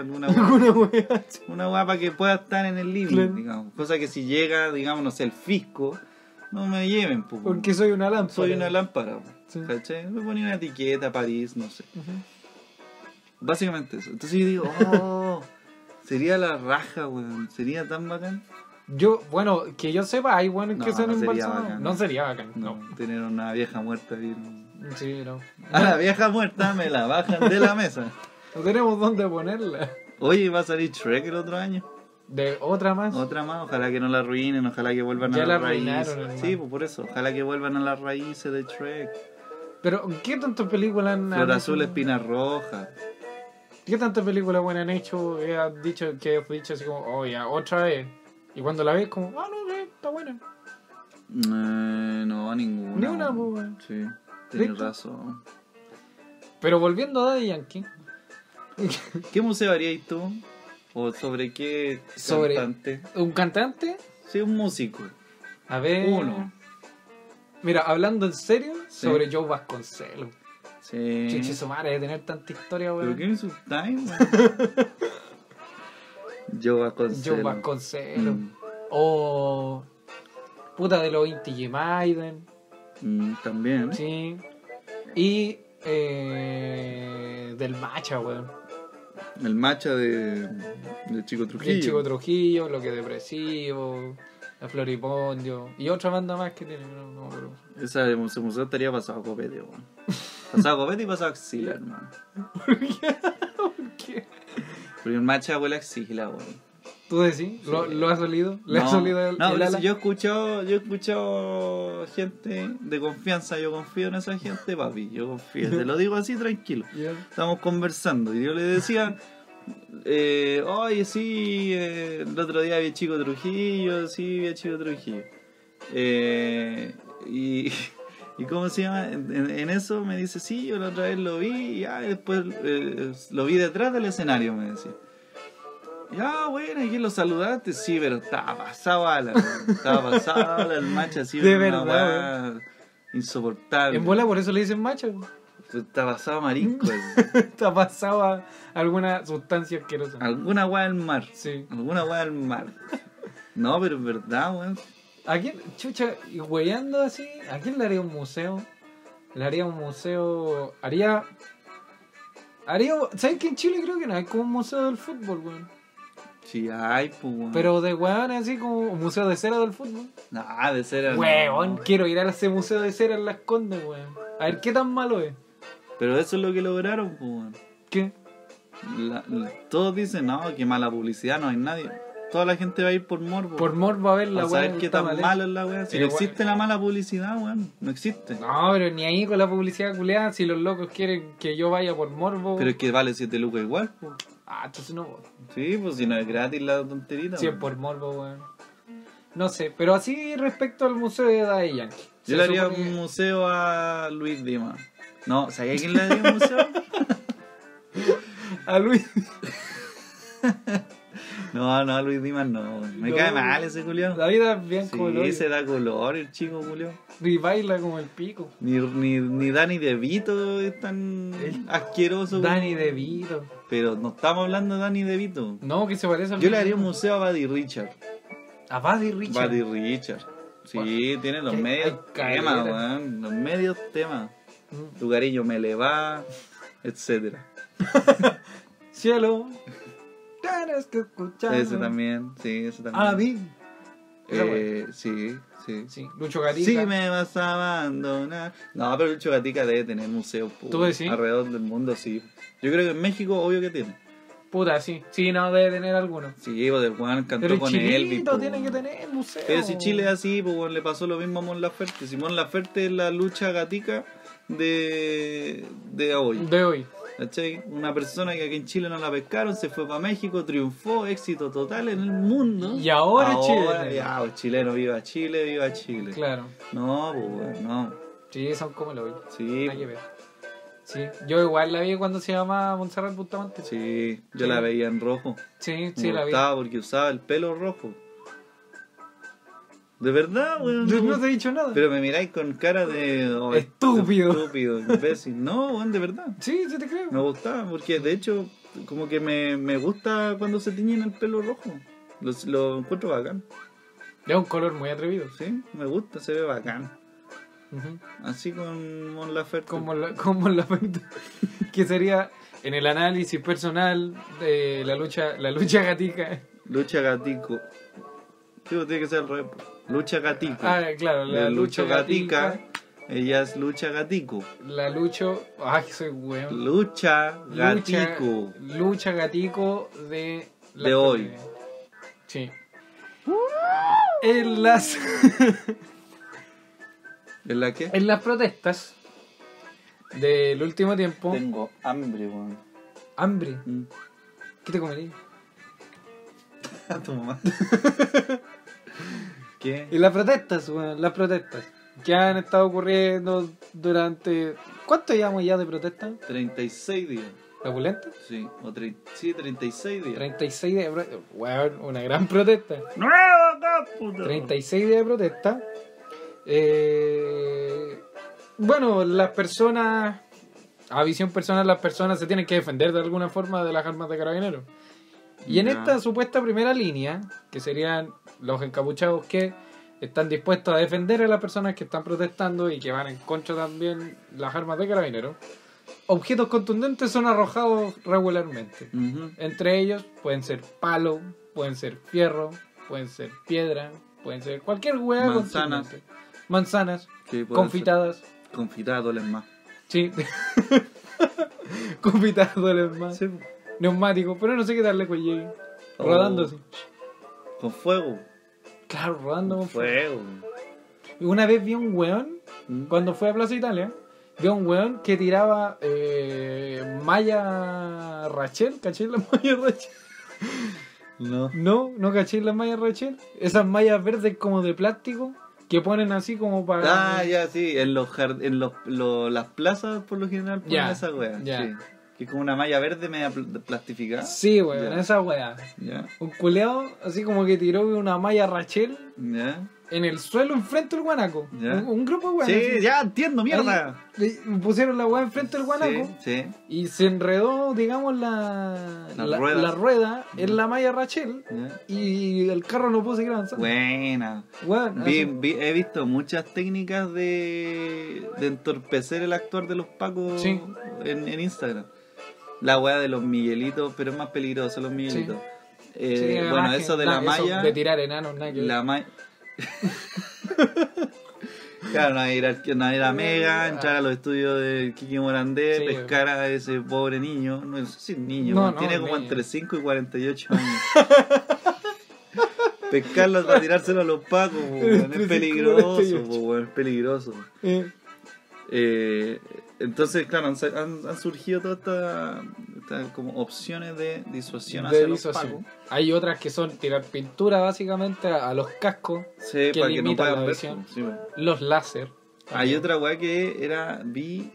alguna Una wea. una weá para que pueda estar en el living, Claro. digamos. Cosa que si llega, digamos, no sé, el fisco, no me lleven, po, Porque soy una lámpara. soy una lámpara. po, Sí. ¿Cachai? Me ponía una etiqueta, París, no sé. Ujú. Básicamente eso. Entonces yo digo, oh, sería la raja, weón. Sería tan bacán. Yo, bueno, que yo sepa, hay buenos No, que se han no sería embalsamado. bacán. No sería bacán, No, no. tener una vieja muerta ahí. no. Sí, no. A la vieja muerta me la bajan de la mesa. No tenemos dónde ponerla. Oye, va a salir Shrek el otro año. De otra más. Otra más, ojalá que no la arruinen, ojalá que vuelvan Ya a la las raíces. arruinaron, hermano. Sí, pues por eso, ojalá que vuelvan a las raíces de Shrek. Pero, ¿qué tantas películas han Flor han azul, hecho? espina roja. ¿Qué tantas películas buenas han hecho? Eh, has dicho que has dicho así como, oh ya, otra vez. Y cuando la ves, como, ah, no, eh, está buena. Eh, no, ninguna. Ni una, pues, weón. Sí, tienes ¿Listo? razón. Pero volviendo a Daddy Yankee, ¿Qué museo haríais tú? ¿O sobre qué Sobre- cantante? un cantante, Sí, un músico. a ver. Uno. Mira, hablando en serio, Sí. sobre Joe Vasconcelos. Sí. Chichi su madre de tener tanta historia, ¿Pero qué weón. me insultáis, weón? Yo Joe Vasconcelos. Vasconcelos. Mm, O. Puta de los Inti G. Maiden. mm, también. Sí. Y. eh, del Macha, weón. El macha de, de Chico Trujillo. El Chico Trujillo, Lo que Depresivo, La Floripondio. Y otra banda más que tiene. No, no, pero... Esa de Museo Museo estaría pasado a copete, weón. Pasado a copete y pasado a axila, hermano. ¿Qué? Porque el macha huele a axila, weón. ¿Tú decís? ¿Lo, lo has olido? ¿Le has olido el, no, el pero ala? si yo he escuchado, yo he escuchado gente de confianza, yo confío en esa gente, papi, yo confío, te lo digo así tranquilo. Ya. Estábamos conversando y yo le decía, eh, oye, sí, eh, el otro día vi a Chico Trujillo, sí, vi a Chico Trujillo. Eh, y, y cómo se llama, en, en- en eso me dice, sí, yo la otra vez lo vi y ah, después eh, lo vi detrás del escenario, me decía. Ya, bueno, ¿y quién lo saludaste? Sí, pero estaba pasado a la. Estaba pasado a la el macho así. De una verdad, weá Insoportable. En bola por eso le dicen Macha. weón. Estaba pasado a marisco. Está pasado a alguna sustancia asquerosa. Alguna weá del mar. Sí. Alguna weá del mar. No, pero es verdad, weón. ¿A quién, chucha, y weyando así, a quién le haría un museo? Le haría un museo. Haría. Haría. ¿Sabes que en Chile creo que no hay como un museo del fútbol, weón? Sí, ay, pues, weón. Pero de weón así como un museo de cera del fútbol. Nah, Ah, de ser. Weón, quiero ir a ese museo de cera en las condes, weón. A ver qué tan malo es. Pero eso es lo que lograron, pues, weón. ¿Qué? La- la- todos dicen, no, que mala publicidad, no hay nadie. Toda la gente va a ir por morbo. Por morbo a ver la a weón. saber qué tan mala es la weá. Si Pero, no existe la mala publicidad, weón. No existe. No, pero ni ahí con la publicidad culeada, si los locos quieren que yo vaya por morbo. Pero es que vale 7 lucas igual, pues. Ah, entonces no voy. Sí, pues si no es gratis la tonterita. Sí, pues, es weón. por morbo, weón. No sé, pero así respecto al museo de Daddy Yankee. Yo Se le haría supone un que- museo a Luis Dima. No, ¿sabía quién le haría un museo? a Luis. No, no, Luis Dimas no. Me No. cae mal ese Julio. La vida es bien Sí, color se da color el chico Julio. y baila como el pico. Ni, ni, ni Dani DeVito es tan El- asqueroso. Danny DeVito. Pero no estamos hablando de Dani DeVito. No, que se parece al Yo le haría un museo a Buddy Richard. A Buddy Richard. Buddy Richard. Sí, tiene los que- medios ay, caleta. temas, weón. Los medios temas. Mm. Tu cariño me le va, etcétera. Cielo. Tienes que escuchar. Ese también, sí, ese también. Ah, vi. Esa Eh, sí, sí. Sí, Lucho Gatica. Si me vas a abandonar. No, pero Lucho Gatica debe tener museos po, ¿Tú decís? alrededor del mundo, sí. Yo creo que en México, obvio que tiene. Puta, sí. Sí, no, debe tener alguno. Sí, pues el Juan cantó Pero el con chilito Elvis. po. tiene que tener museo. Pero si Chile es así, pues le pasó lo mismo a Mon Laferte. Si Mon Laferte es la lucha gatica de, de hoy. De hoy. ¿Cachai? Una persona que aquí en Chile no la pescaron, se fue para México, triunfó, éxito total en el mundo. Y ahora es chileno. Ya, pues, chileno, viva Chile, viva Chile. Claro. No, pues weón, no. Sí, son como lo hoy. Sí, Nada que ver. Sí, yo igual la vi cuando se llamaba Montserrat Bustamante. Sí, sí, yo la veía en rojo. sí, me la vi. gustaba porque usaba el pelo rojo. De verdad, weón. Yo me no gust- te he dicho nada. Pero me miráis con cara de. oh, Estúpido. Estúpido, imbécil. No, weón, de verdad. Sí, sí te creo. Me gustaba porque de hecho, como que me, me gusta cuando se tiñen el pelo rojo. Lo, lo encuentro bacán, Es un color muy atrevido. ¿sí? Me gusta, se ve bacán. Ujú. Así con Mon Laferte. Como la, como la que sería en el análisis personal de la lucha, la lucha gatica. Lucha gatico. Creo que tiene que ser el revés. po. pues. Lucha gatico. Ah, claro, la de lucha Lucho Gatica, Ella es Lucha Gatico. La Lucho. Ay, soy weón. Lucha Lucha, Gatico. Lucha Gatico de. la De hoy. actualidad. Sí. En las, ¿Es la que? en las protestas del último tiempo. Tengo hambre, weón. Hambre. Mm. ¿Qué te comerías? A tu mamá. ¿Qué? Y las protestas, weón, las protestas. Que han estado ocurriendo durante. ¿Cuánto llevamos ya de protesta? 36 días. ¿La pulenta? Sí, o tre- sí, 36 días. 36 días de protesta. Weón, una gran protesta. ¡Nuevo cómputo! 36 días de protesta. Eh, bueno, las personas, a visión personal, las personas se tienen que defender de alguna forma de las armas de carabineros. Y en Ya. esta supuesta primera línea, que serían los encapuchados que están dispuestos a defender a las personas que están protestando y que van en contra también las armas de carabineros, objetos contundentes son arrojados regularmente. Ujú. Entre ellos pueden ser palo, pueden ser fierro, pueden ser piedra, pueden ser cualquier hueá. Manzanas. contundente. Manzanas, Sí, puede confitadas. ser. Confitadas duelen más. Sí. confitadas duelen más. Sí, Neumático, pero no sé qué darle con llegue. Oh. Rodando así. con fuego. Claro, rodando con fuego. Fuego. Una vez vi un weón, Mm. cuando fue a Plaza Italia, vi a un weón que tiraba eh, malla Rachel, ¿caché la malla Rachel? No. No, no caché las mallas Rachel. Esas mallas verdes como de plástico que ponen así como para. Ah, ya, sí. En los jard- en los, lo- las plazas por lo general ponen Ya, esa wea. ya. sí. Que es como una malla verde media pl- plastificada. Sí, weón, Ya. esa weá. Ya. Un culeado así como que tiró una malla Rachel Ya. en el suelo enfrente del guanaco. Ya. Un, un grupo de weones, Sí, así. ya entiendo, mierda. Le pusieron la weá enfrente del guanaco Sí, sí. y se enredó, digamos, la, Las la, ruedas. la rueda Mm. en la malla Rachel Ya. y el carro no pudo seguir avanzando. Buena. Weón, Vi- así- vi- he visto muchas técnicas de, de entorpecer el actuar de los pacos Sí. en, en Instagram. La weá de los Miguelitos, pero es más peligroso los Miguelitos. Eh, sí, bueno, además que- eso de la nah, eso malla. De tirar enanos, nada que ver. la malla. claro, no ir, al- no ir a Mega, entrar a los estudios de Kiki Morandé, Sí, pescar a ese pobre niño. No es sí, niño, No, weón, no, tiene como niño. entre 5 y 48 años. Pescarlo para tirárselo a los pacos, po, weón, Entre 5 es y peligroso, 48. po, weón, es peligroso. Eh, Eh, entonces, claro, han, sa- han- han surgido todas estas estas como opciones de disuasión de hacia los disociación. pacos. Hay otras que son tirar pintura básicamente a, a los cascos, Sí, Que para que no limitan la puedan ver. visión. po, sí, weón. los láser. Hay otra weá que era, vi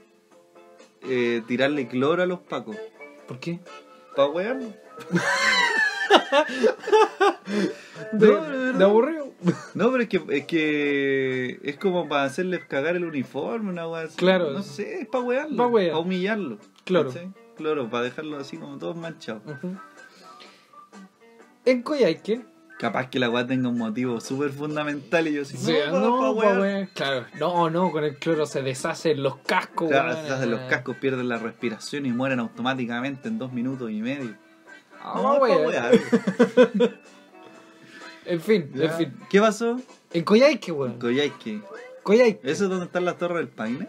eh, tirarle cloro a los pacos. ¿Por qué? ¿Pa' wearlo? De, No, no, no. de aburrido. No, pero es que, es que es como para hacerles cagar el uniforme, una weá así. Claro. No sé, es para wearlo. Pa' Pa' wear. humillarlo. Claro. ¿cachai? Claro, para dejarlo así como todos manchados. Ujú. En Coyhaique. Capaz que la weá tenga un motivo súper fundamental y yo así, Sí, no, no, pa' pa' wear. wear. Claro, no, no, con el cloro se deshacen los cascos. Claro, weón. eh. se hacen los cascos pierden la respiración y mueren automáticamente en dos minutos y medio. Ah, no, weón. pa' wear. En fin, en Ya. fin. ¿Qué pasó? En Coyhaique, weón. Coyhaique. Coyhaique. ¿Eso es donde están las torres del paine?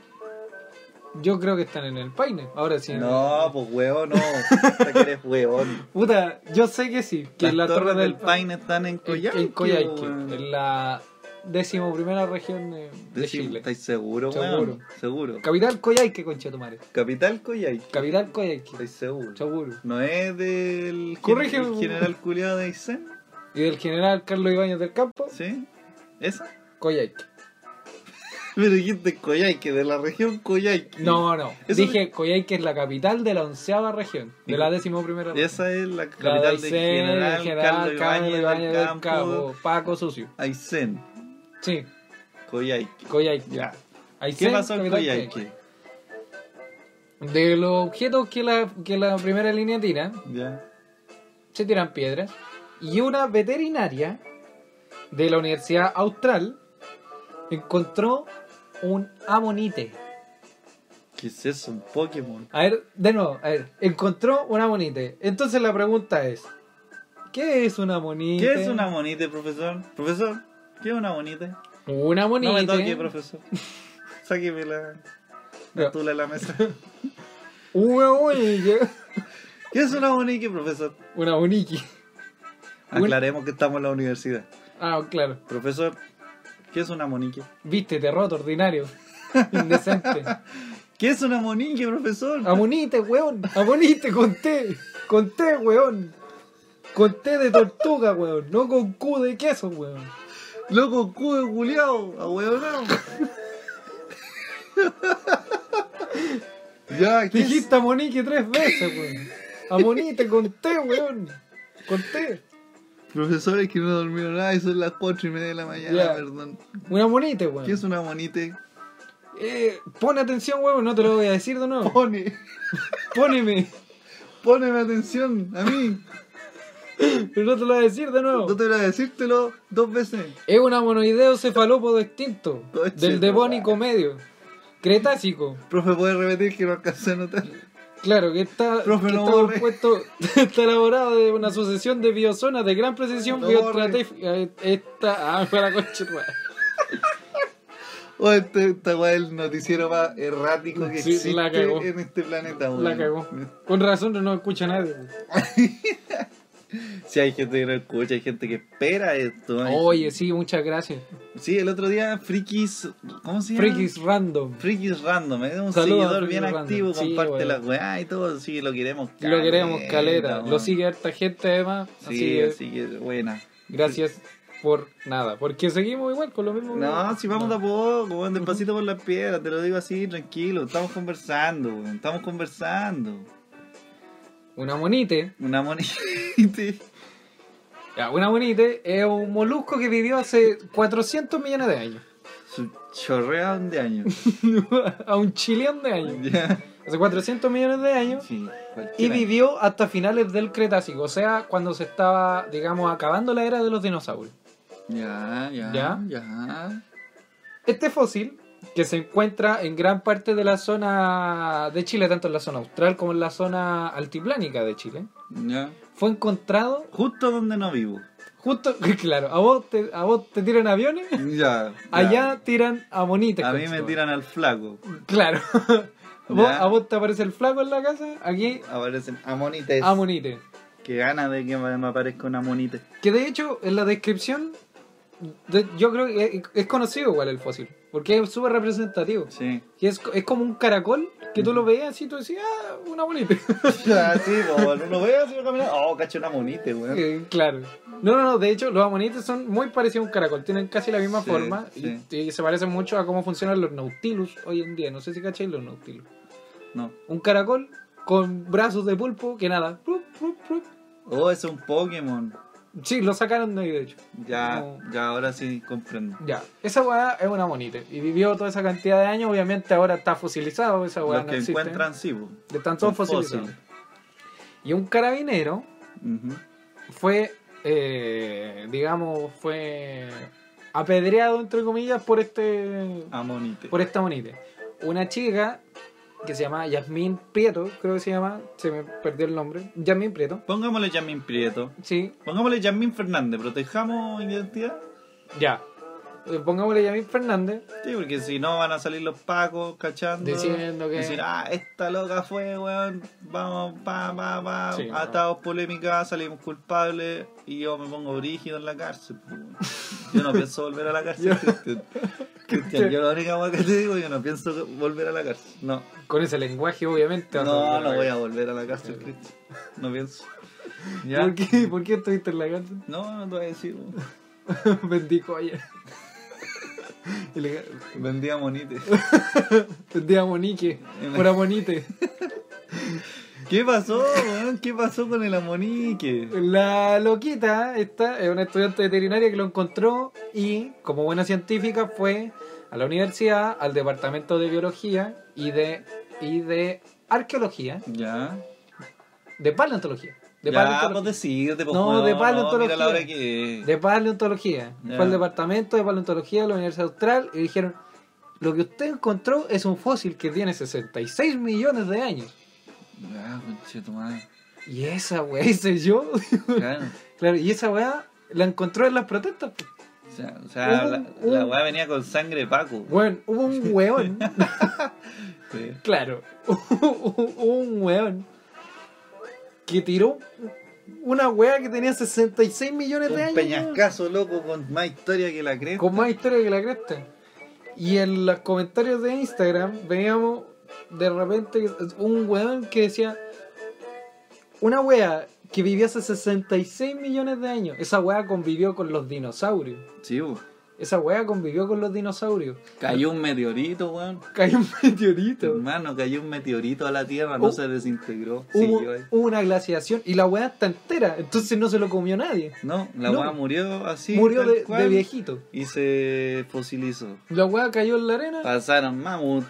Yo creo que están en el paine. Ahora sí. en No, el- pues weón, no. Hasta que eres weón. Puta, yo sé que sí. Que Las en la torres del paine. paine están en Coyhaique. en Coyhaique, weón. en la décimo primera región de, de Decim- Chile. ¿Estáis seguro, Seguro. weón? Seguro. Capital Coyhaique, concha de tu madre. Capital Coyhaique. Capital Coyhaique, ¿Estáis seguro? seguro. ¿No es del Corrige, gen- weón. general culiado de Aysén? Y del general Carlos Ibáñez del Campo, ¿Sí? ¿Esa? Coyhaique. Pero dijiste Coyhaique, de la región Coyhaique. No, no. Eso Dije Coyhaique es la capital de la onceava región, de la décimo primera región. Esa es la La capital de de Aysén, general, Carlos Ibáñez del Campo. Paco Sucio. Aysén, Sí, Coyhaique. Coyhaique. Ya. ¿Qué Aysén, pasó en capital Coyhaique? Coyhaique. De los objetos que la, que la primera línea tira, Ya. se tiran piedras. Y una veterinaria de la Universidad Austral encontró un amonite. ¿Qué es eso? ¿Un Pokémon? A ver, de nuevo, a ver, encontró un amonite. Entonces la pregunta es, ¿qué es un amonite? ¿Qué es una monite, profesor? Profesor, ¿qué es una monite? Un amonite No me toque, profesor. Sáqueme la, la Ya. tula de la mesa. Weón, y llega- ¿Qué es una bonique, profesor? Una boniki. Un- Aclaremos que estamos en la universidad. Ah, claro. Profesor, ¿qué es una monique? Vístete, roto, ordinario. Indecente. ¿Qué es una monique, profesor? Amonite, weón. Amonite, con té. Con té, weón. Con té de tortuga, weón. No con Q de queso, weón. Loco, cubo culiao, ahueonao. ya, ¿qué es? Dijiste amonique tres veces, weón. Amonite, con té, weón. Con té. Profesores que no dormieron nada y son las 4 y media de la mañana, Ya. perdón. Un amonite, weón. ¿Qué es una monite? Eh, pon atención, weón. No te lo voy a decir de nuevo. Pone, Póneme. poneme atención a mí. Pero no te lo voy a decir de nuevo. No te voy a decírtelo dos veces. Es un amonoideo cefalópodo extinto. Coche Del tu devónico medio. Cretácico. Profe, ¿puedes repetir que no alcancé a notar? Claro, que está, Profe, que lo está borre. compuesto, está elaborado de una sucesión de biozonas de gran precisión Lo bioestratégica. Eh, Esta. Ah, para concha, tu madre. O este, esta weá es el noticiero más errático que Sí, existe la cagó. en este planeta, weón. La cagó. Con razón no nos escucha nadie. weón. Si hay gente que no escucha, hay gente que espera esto. hay Oye, sí, muchas gracias. Sí, el otro día Frikis. ¿Cómo se llama? Freakies random. Frikis Random, es un Saludos a seguidor Frikis bien Random. activo, Sí, comparte weón. las weá y todo, sí, lo queremos Lo queremos, caleta. weón. Lo sigue harta gente, además. así Sí, que así que buena. gracias por nada. Porque seguimos igual con lo mismo. No, si vamos No. de a poco, weón, despacito por las piedras, te lo digo así, tranquilo, estamos conversando, weón, estamos conversando. Una monite. Una monite. Ya, una monite es un molusco que vivió hace 400 millones de años. Su chorreón de años. a un chileón de años. Ya. Hace 400 millones de años. Sí, Y cualquiera. vivió hasta finales del Cretácico, o sea, cuando se estaba, digamos, acabando la era de los dinosaurios. Ya, ya, Ya. ya. Ya. Este fósil, que se encuentra en gran parte de la zona de Chile, tanto en la zona austral como en la zona altiplánica de Chile, fue encontrado Justo donde no vivo. justo, claro, a vos te, a vos te tiran aviones, Ya. ya. allá tiran amonites. A mí conchetumare. me tiran al flaco. Claro. Vos- Ya. a vos te aparece el flaco en la casa, aquí Aparecen amonites. Ah, amonite. Qué gana de que me me aparezca un amonite. Que de hecho, en la descripción, de- yo creo que es, es conocido igual el fósil, porque es súper representativo. Sí. Y es, co- es como un caracol que tú lo veías así y tú decías, ah, una bonita. Ah, sí, po, no lo veo así caminar. Oh, cacho, un amonite, weón. Eh, claro. No, no, no, de hecho, los amonites son muy parecidos a un caracol, tienen casi la misma Sí, forma sí. Y, y se parecen mucho a cómo funcionan los nautilus hoy en día. No sé si cacháis los nautilus. No. Un caracol con brazos de pulpo que nada. plup, plup, plup. Oh, es un Pokémon. Sí, lo sacaron de ahí, de hecho. Ya, No. ya, ahora sí comprendo. Ya, esa weá es una monite. Y vivió toda esa cantidad de años, obviamente ahora está fosilizado, esa weá Los no que existe. encuentran, sí, po. de tanto son fosilizados. fósiles. Y un carabinero Ujú. fue, eh, digamos, fue apedreado, entre comillas, por este Ah. Amonite. por esta monite. Una chica que se llama Yasmín Prieto, creo que se llama, se me perdió el nombre, Yasmín Prieto, Pongámosle Jasmine Prieto. sí, Pongámosle Jasmine Fernández. ¿Protejamos identidad? ya. Eh, Pongámosle Yasmín Fernández, Sí, porque si no van a salir los pacos cachando. Diciendo que- Decir, ah, esta loca fue, weón. Vamos, pa, pa, pa. Sí, atados polémica, salimos culpables. Y yo me pongo brígido en la cárcel. pues, weón. Yo no pienso volver a la cárcel, Cristian. Cristian, yo la única weá que te digo, yo no pienso volver a la cárcel. No, con ese lenguaje obviamente. vas a no, volver a no la voy a cárcel. volver a la cárcel, Cristian. No pienso. ¿Por qué, ¿Por qué estuviste en la cárcel? No, no te voy a decir. weón. Bendico ayer. Ilegal. Vendía monites. De Amonique, por Amonite. ¿Qué pasó, weón? ¿Qué pasó con el amonique? La loquita, esta, es una estudiante veterinaria que lo encontró y, como buena científica, fue a la universidad, al departamento de biología y de, y de arqueología, Ya. de paleontología. De ya, pues paleontología. decirte, pues, No, de weón, paleontología. Mira la hora que... De paleontología. Ya. Fue al departamento de paleontología de la Universidad Austral y dijeron, lo que usted encontró es un fósil que tiene 66 millones de años. Ya, conche tu madre. Y esa weá hice yo. Claro. claro, y esa weá la encontró en las protestas. po. sea, o sea, Un- la, un- la weá venía con sangre Paco. Weón, hubo un weón. Sí. claro. Hubo un weón. Que tiró una wea que tenía 66 millones de Un años. weón. peñascazo loco con más historia que la cresta. con más historia que la cresta. Y en los comentarios de Instagram veíamos de repente un weón que decía una wea que vivió hace 66 millones de años. Esa wea convivió con los dinosaurios. Sí, po. Esa wea convivió con los dinosaurios. Cayó un meteorito, weón. Cayó un meteorito. Hermano, cayó un meteorito a la Tierra, no Uh, se desintegró. Hubo, siguió ahí. hubo una glaciación y la weá está entera. Entonces no se lo comió nadie. No, la No. weá murió así. Murió tal de, cual, de viejito. Y se fosilizó. La weá cayó en la Ah. arena. Pasaron mamut.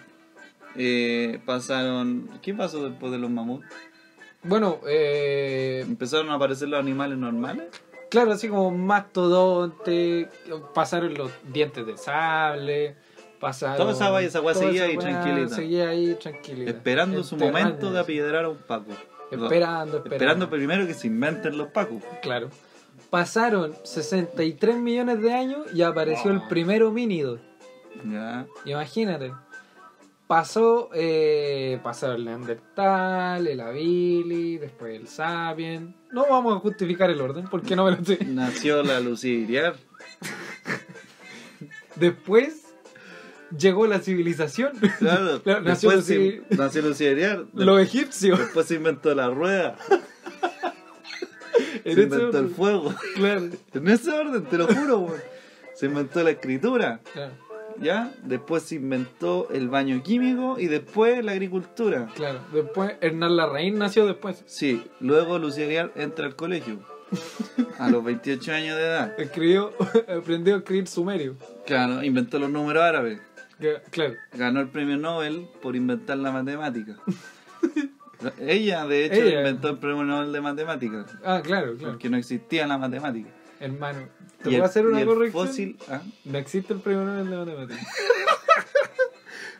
eh, pasaron. ¿Qué pasó después de los mamut? Bueno, eh, Empezaron a aparecer los animales normales. Claro, así como mastodonte, pasaron los dientes de sable, pasaron... Toda esa guay- esa guay toda seguía esa ahí guay tranquilita. Seguía ahí tranquilita. Esperando su Enterrada. momento de apiedrar a un Paco. Esperando, esperando. Esperando primero que se inventen los Pacos. Claro. Pasaron 63 millones de años y apareció el primer homínido. Ya. Imagínate. Pasó, eh, pasaron el Neandertal, el Avili, después el Sapien. No vamos a justificar el orden porque no me lo sé. Nació la Luciriar. Después llegó la civilización. Claro. Claro, nació después se- Lucy- nació Luciriar. Los egipcios. Después se inventó la rueda. En ese se inventó el orden. fuego. Claro, En ese orden, te lo juro, weón. Se inventó la escritura, claro, ¿ya? Después se inventó el baño químico y después la agricultura. claro. Después Hernán Larraín nació después. Sí, luego Luciriar entra al colegio. A los 28 años de edad. Escribió, aprendió a escribir sumerio. Claro, inventó los números árabes. Que- Claro. Ganó el premio Nobel por inventar la matemática. Ella, de hecho, Ella. inventó el premio Nobel de matemática. Ah, claro, claro. Porque no existía la matemática. Hermano, Y te voy el- a hacer y una el corrección. fósil- ¿ah? No existe el premio Nobel de matemáticas.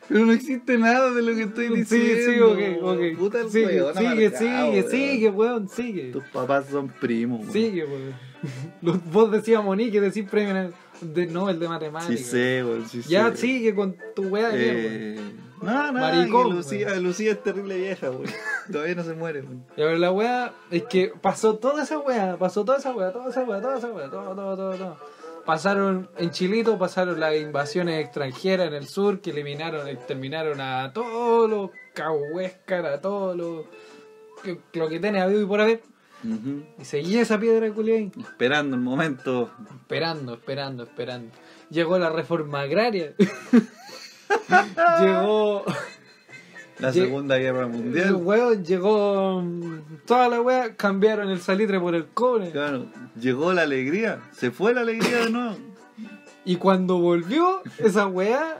Pero no existe nada de lo que estoy Sí, diciendo. sí, ok, ok. Puta el sigue, weón sigue, amargado, sigue, weón. sigue, weón, sigue. Tus papás son primos, weón. Sigue, weón. Los- Vos decías Monique, decís premio Nobel de, Nobel de Sí matemáticas. sé, weón, sí Ya sé. sigue con tu weá de mierda. Eh, no, no, Maricón, que Lucía, Lucía es terrible vieja, weón. Todavía no se muere, weón. Ya, pero la weá es que pasó toda esa weá, pasó toda esa weá, toda esa weá, toda esa weá, todo, todo, todo, todo. Pasaron en Chilito, pasaron las invasiones extranjeras en el sur que eliminaron, exterminaron a todos los cahuéscar, a todos los. que- lo que tiene habido y por haber. Ujú. Y seguía esa piedra culia ahí, Esperando el momento. esperando, esperando, esperando. Llegó la reforma agraria. Llegó. La Lle- Segunda Guerra El Mundial. weón llegó. mm, Toda la weá cambiaron el salitre por el cobre. Claro. Llegó la alegría. Se fue la alegría de nuevo. Y cuando volvió, esa weá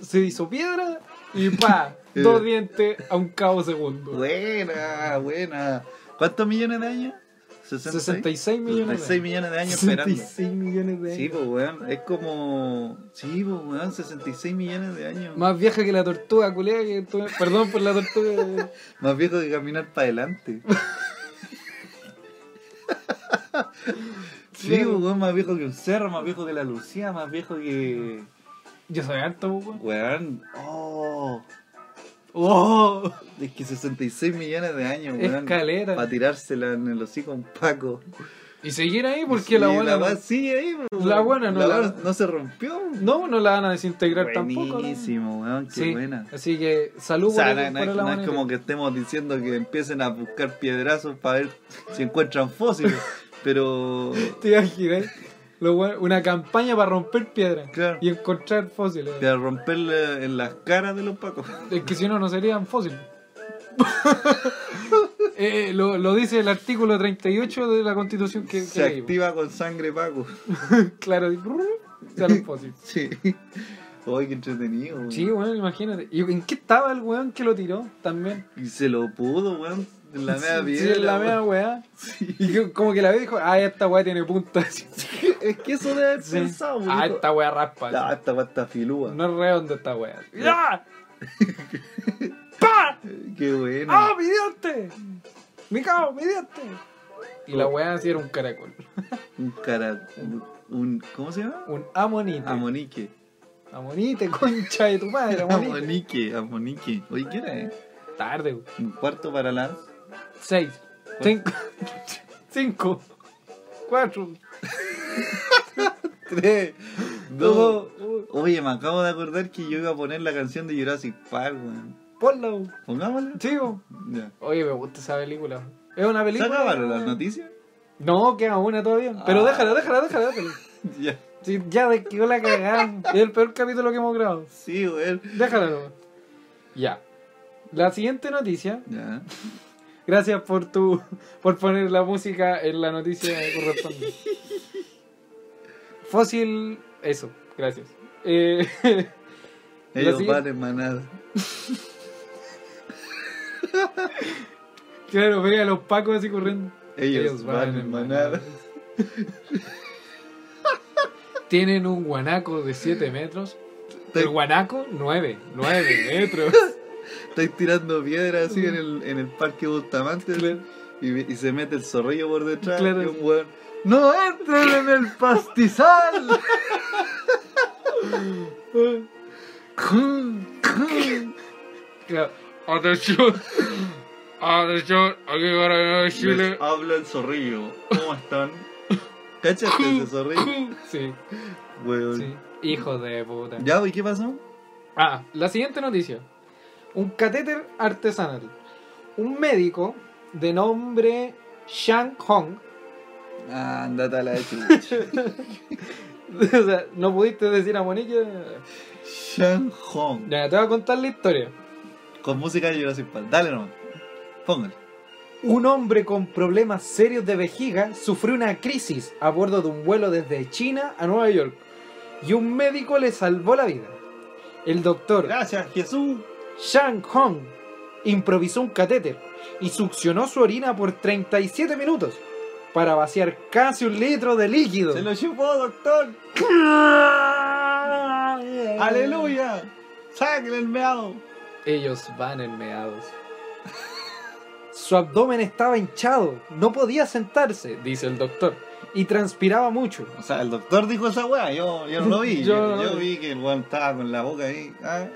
se hizo piedra y pa, dos dientes a un cabo segundo. buena, buena. ¿Cuántos millones de años? 66 millones. 66 millones de años esperando. 66 millones de años. Sí, pues weón, es como. Sí, pues weón, 66 millones de años. Más, Más vieja que la tortuga, culea. Que tu- Perdón por la tortuga. viejo que caminar para adelante. sí, pues weón, más viejo que un cerro, más viejo que la Lucía, más viejo que. Yo soy harto, weón. Weón, oh. ¡Oh! Es que 66 millones de años, weón. Escalera. Para tirársela en el hocico a un paco. Y seguir ahí porque Sí, la buena. va- sigue ahí, pues, la weón. buena no La la- buena no se rompió. No, no la van a desintegrar tampoco. ¿no? Buenísimo, weón, qué Sí, buena. así que salud O sea, por- no, no por es- la no es buena. como que estemos diciendo que empiecen a buscar piedrazos para ver si encuentran fósiles, pero Te imaginas, lo bueno- una campaña para romper piedras Claro. y encontrar fósiles. para romperle en las caras de los pacos. Es que si no, no serían fósiles. Eh, lo, lo dice el artículo 38 de la constitución que, que Se leí, pues. activa con sangre Paco. Claro, y brrr, salen fósiles. Sí. Ay, qué entretenido. weón. Sí, weón, imagínate. ¿Y en qué estaba el weón que lo tiró también? Y se lo pudo, weón. En la media Sí, piedra. en la mea weón. weá. Y que- como que la vez dijo, ah, esta weá tiene punta. así. Es que eso debe haber Sí. pensado, weón. Ah, esta weá raspa. Ah, así. esta weá está filúa. No es redonda esta weá. ¡Ya! Ya. ¡Pa! Eh, Qué bueno. ¡Ah, mi diente! ¡Mi cabo, mi diente! Y la weá así era un caracol. Un caracol. un. ¿Cómo se llama? Un amonite. Amonique. amonite, concha de tu madre, amonite. Amonique, Amonique. Oye, ¿qué era? eh? Tarde, weón. Un cuarto para las. Seis. Cinco. Cinco. Cuatro. Tres. Dos. Dos. uno. Oye, me acabo de acordar que yo iba a poner la canción de Jurassic Park, weón. Ponla, weón. Pongámosla. Sí, weón. Ya. Oye, me gusta esa película. Es una ¿Se película. acabaron las noticias? No, queda una todavía. Pero Ah. déjala, déjala, déjala, déjala. Ya. Sí, ya de que la cagada. Es el peor capítulo que hemos grabado. Sí, weón. Déjala nomás. Ya. La siguiente noticia. Ya. Gracias por tu por poner la música en la noticia correspondiente. Fósil. Eso, gracias. Eh, Ellos siguiente- van en manada. claro, veía a los pacos así corriendo. Ellos, van, en manada. Tienen un guanaco de 7 metros. Estoy- El guanaco, 9. 9 metros. Estáis tirando piedras así en el, en el parque Bustamante y, y se mete el zorrillo por detrás Claro. y un weón. ¡No entren en el pastizal! Claro. Atención. Atención. Aquí Carabineros de Chile. Les habla el zorrillo. ¿Cómo están? ¿Cachaste ese zorrillo? Sí, Weón. sí. Hijo de puta. ¿Ya? ¿Y qué pasó? Ah, la siguiente noticia. Un catéter artesanal. Un médico de nombre Shang Hong. Ah, andate a la chucha. o sea, no pudiste decir a Monique. Shang Hong. Ya, te voy a contar la historia. Con música de Jurassic Park. Dale nomás. Póngale. Un hombre con problemas serios de vejiga sufrió una crisis a bordo de un vuelo desde China a Nueva York y un médico le salvó la vida. El doctor Gracias, Jesús. Shang Hong improvisó un catéter y succionó su orina por 37 minutos para vaciar casi un litro de líquido. Se lo chupó, doctor. ¡Ah! ¡Aleluya! ¡Sangre el meado! Ellos van enmeados. Su abdomen estaba hinchado, no podía sentarse, dice el doctor, y transpiraba mucho. O sea, el doctor dijo esa weá, yo, yo no lo Yo vi. no yo, lo yo vi. vi que el weón estaba con la boca ahí. Ah.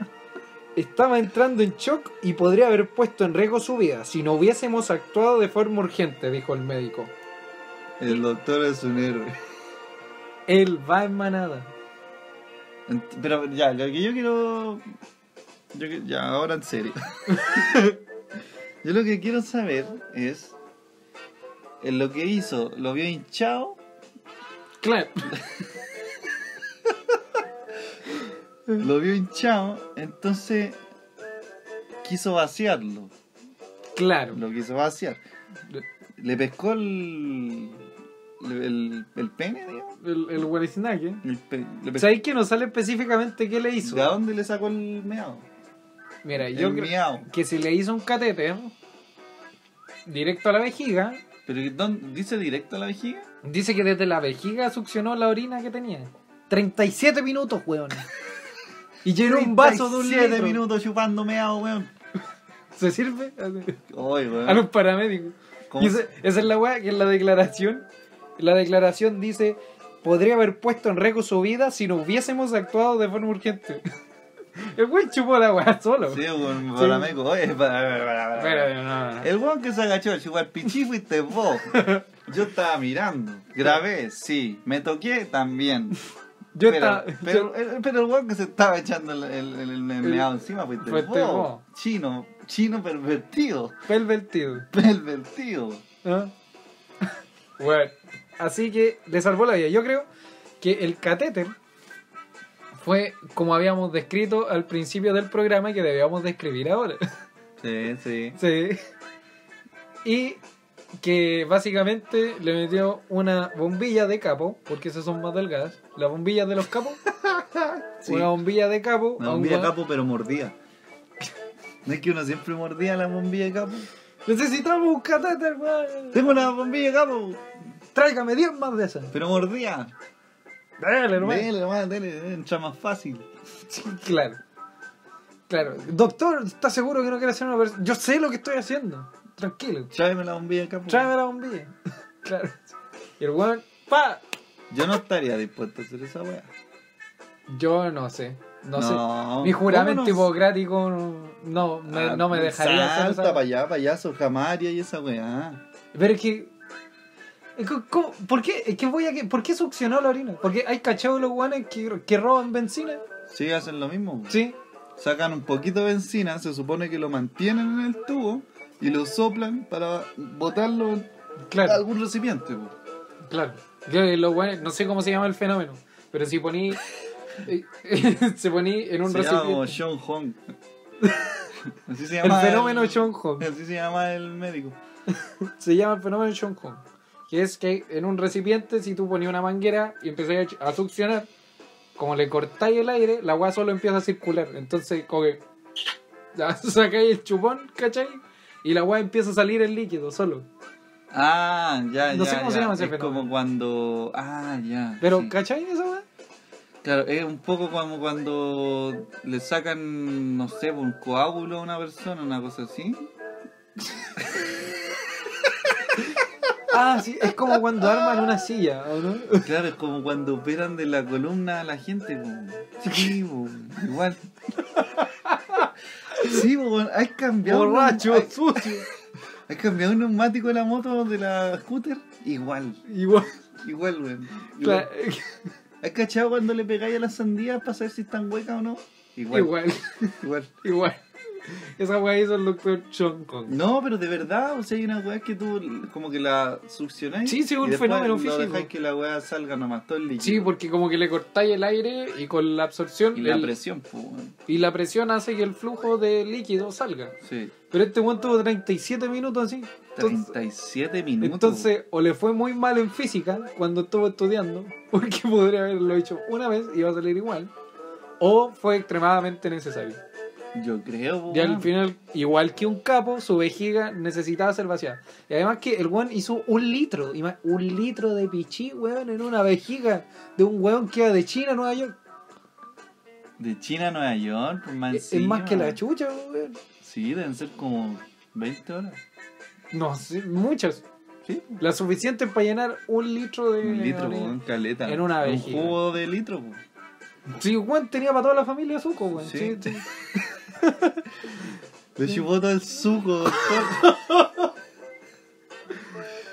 Estaba entrando en shock y podría haber puesto en riesgo su vida si no hubiésemos actuado de forma urgente, dijo el médico. El doctor es un héroe. Él va en manada. Ent- Pero ya, lo que yo quiero. yo que- ya, ahora en serio. yo lo que quiero saber es. En lo que hizo, ¿lo vio hinchado? Claro. Lo vio hinchado, entonces. Quiso vaciarlo. Claro. Lo quiso vaciar. Le pescó el. el, el pene, digamos. El, el guarecinaje. El pe- le pescó- ¿Sabéis que no sale específicamente qué le hizo? ¿De dónde le sacó el meado? Mira, El yo creo miau. que si le hizo un catéter directo a la vejiga, Pero ¿y dónde- ¿dice directo a la vejiga? dice que desde la vejiga succionó la orina que tenía. 37 minutos, weón. Y llenó un vaso de un 37 litro. minutos chupando meado, weón. ¿Se sirve? Así. Oye, weón. A los paramédicos. ¿Cómo Ah, Y esa, esa es la weá que en la declaración. La declaración dice: Podría haber puesto en riesgo su vida si no hubiésemos actuado de forma urgente. El weón chupó la weá solo. Sí, weón, parameco. Oye, para, para, para, para. Pero no, no. El weón que se agachó a chupar pichí fuiste vos. Yo estaba mirando. Grabé, sí. Me toqué también. Yo pero, estaba. pero, el- pero el weón que se estaba echando el, el, el- el meado encima fuiste, fuiste vos. vos. Chino, chino pervertido. Pervertido. Pervertido. ¿no? Ah. Bueno, así que le salvó la vida. Yo creo que el catéter fue como habíamos descrito al principio del programa y que debíamos describir ahora. Sí, sí. Sí. Y que básicamente le metió una bombilla de capo, porque esas son más delgadas. Las bombillas de los capos. Sí. Una bombilla de capo. Una a un bombilla de gua- capo, pero mordía. ¿No es que uno siempre mordía la bombilla de capo? Necesitamos un catéter, weón. Tengo una bombilla de capo, Tráigame 10 más de esas. pero mordía. Dale, hermano. Dele, nomás, dele, entra más fácil. Sí, Claro. Claro. Doctor, ¿estás seguro que no quiere hacer una operación? Yo sé lo que estoy haciendo. Tranquilo. Tráeme la bombilla de capo. Tráeme la bombilla. Claro. Y el weón, pa, Yo no estaría dispuesto a hacer esa weá. Yo no sé. No, sé. Mi juramento hipocrático no, no, Ah, no me dejaría hacer Salta esa- para allá, payaso, jamaria y esa weá. Pero es que. es que, ¿cómo? ¿Por qué? Es que voy a que- ¿Por qué succionó la orina? Porque hay cachados los guanes que, que roban benzina. Sí, hacen lo mismo. weón. Sí. Sacan un poquito de benzina, se supone que lo mantienen en el tubo y lo soplan para botarlo en Claro, algún recipiente. weón. claro. Que los guanes, no sé cómo se llama el fenómeno. Pero si poní. eh, se poní en un se llama como recipiente. Sean Hong. Así se El llama. fenómeno Sean Hong. Así se llama el médico. Se llama el fenómeno Sean Hong. Que es que en un recipiente, si tú ponías una manguera y empezás a a succionar, como le cortáis el aire, la agua solo empieza a circular. Entonces, como que ya sacáis el chupón, ¿cachai? Y la agua empieza a salir el líquido solo. Ah, ya, No ya. sé cómo ya. se llama ese Es fenómeno. como cuando. Ah, ya. Pero, sí. ¿cachai esa weá? Claro, es un poco como cuando le sacan, no sé, un coágulo a una persona, una cosa así. Ah, sí, es como cuando arman una silla, ¿o no? Claro, es como cuando operan de la columna a la gente, po. Sí, po, igual. Sí, po, weón, has cambiado. un- Borracho, has- sucio. Has cambiado un neumático de la moto de la scooter. Igual, Igual. igual, weón. Claro, Igual. ¿Has cachado cuando le pegáis a las sandías para saber si están huecas o no? Igual, igual. igual, igual. Esa weá hizo el doctor Sean Kong. No, pero de verdad, o sea, hay una weá que tú como que la succionáis. Sí, sí, un y después fenómeno lo físico. dejáis que la weá salga nomás todo el líquido. Sí, porque como que le cortáis el aire y con la absorción Y la el- presión, pues, weón. y la presión hace que el flujo de líquido salga. Sí. Pero este weón tuvo 37 minutos así. Entonces, 37 minutos. entonces, o le fue muy mal en física cuando estuvo estudiando, porque podría haberlo hecho una vez y iba a salir igual, o fue extremadamente necesario. Yo creo, Y al weón. final, igual que un capo, su vejiga necesitaba ser vaciada. Y además que el weón hizo un litro, ima- un litro de pichí, weón, en una vejiga de un weón que iba de China a Nueva York. De China a Nueva York, pues, más es más encima. que la chucha, weón. Sí, deben ser como 20 horas. No sé, muchas. Sí. Las suficientes para llenar un litro de. Un litro, de- weón, caleta. eh, en una Un vejiga. jugo de litro, weón. Sí, weón, tenía para toda la familia suco, weón. Sí. Sí, sí. Le chupó todo el suco, doctor.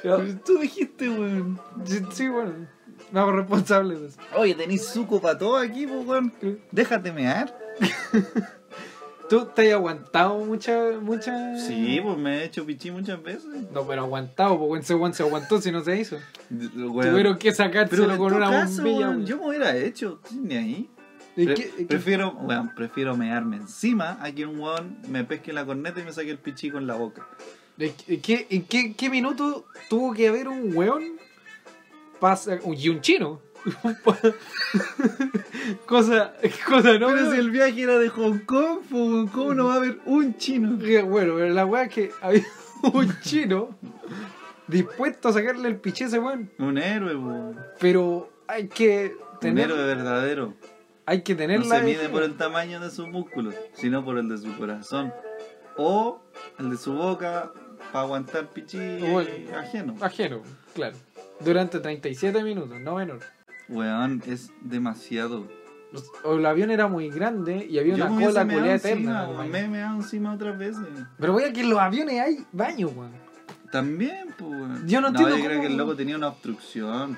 Pero Tú dijiste, weón. Sí, sí, bueno. Me hago responsable pues. de eso. Oye, tenéis suco para todo aquí, pues, weón. ¿Qué? Déjate mear. ¿Tú te has aguantado mucha, mucha. Sí, pues me he hecho pichí muchas veces. No, pero aguantado, pues weón, ese weón se aguantó si no se hizo. Weón. Tuvieron que Pero sacárselo en con todo una caso, bombilla. weón, weón. yo me hubiera hecho, ni ahí. ¿Y Pre- qué- qué- prefiero, weón, prefiero mearme encima a que un weón me pesque la corneta y me saque el pichí con la boca. ¿En qué, en qué- qué minuto tuvo que haber un weón pasa, y un chino? cosa, cosa no. Pero weón. si el viaje era de Hong Kong, pues, weón, ¿cómo no va a haber un chino? Que, Bueno, pero la weá es que había un chino dispuesto a sacarle el piché a ese weón. Un héroe, weón. Pero hay que Un tener, héroe verdadero. hay que tener No la se mide vejiga. por el tamaño de sus músculos, sino por el de su corazón. O el de su boca para aguantar pichí Bueno. ajeno. ajeno, claro. Durante 37 minutos, no menor. Weón, es demasiado. O el avión era muy grande y había Yo me una hubiese cola meado culea encima, eterna. weón. weón. Me he meado encima otras veces. Pero voy a que en los aviones hay baños, weón. También, pues. weón. Yo no entiendo yo creo cómo- que el loco tenía una obstrucción.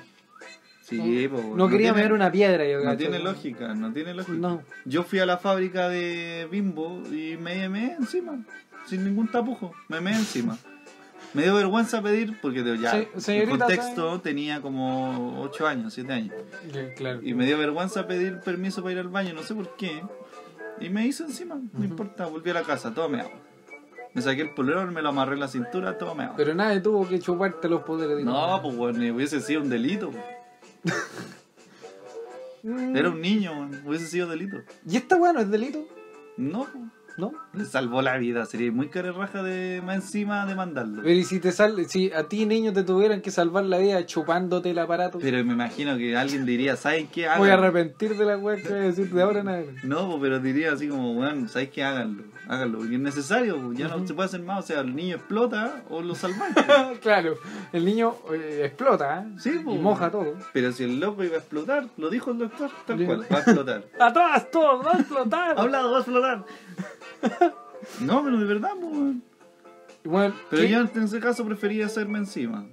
Sí, pues. weón. No quería tiene- meter una piedra, yo No cacho, tiene weón. lógica, no tiene lógica. No. Yo fui a la fábrica de Bimbo y me meé encima, sin ningún tapujo, me meé encima. Me dio vergüenza pedir porque de- ya Se- el señorita, contexto tenía como 8 años, 7 años. Que- Claro. Y me dio vergüenza pedir permiso para ir al baño, no sé por qué. Y me hizo encima, no Ujú. importa, volví a la casa, todo me hago. Me saqué el polerón, me lo amarré en la cintura, todo me hago. Pero nadie tuvo que chuparte los poderes. digo, No, weón. pues bueno, hubiese sido un delito. Mm. Era un niño, weón, hubiese sido delito. ¿Y esta Mm, weá no es delito? No, pues. ¿No? Le salvó la vida, sería muy cara raja de más encima demandarlo. Pero y si te sal, si a ti niño te tuvieran que salvar la vida chupándote el aparato, Pero me imagino que alguien diría, ¿saben qué? voy a Háganlo. arrepentir de la weá que voy a decir de ahora en adelante. No, po, pero diría así como, bueno, ¿sabes qué? Háganlo, háganlo, porque es necesario, po, ya no se puede hacer más, o sea, el niño explota o lo salváis. po. claro, el niño eh, explota ¿eh? Sí, pues. po. y moja todo. Pero si el loco iba a explotar, lo dijo el doctor, tal Dijo. cual, va a explotar. ¡Atrás todo! ¡Va a explotar! Ha hablado, va a explotar. No, pero de verdad, po, weón. Bueno, Pero ¿qué? yo en ese caso prefería hacerme encima.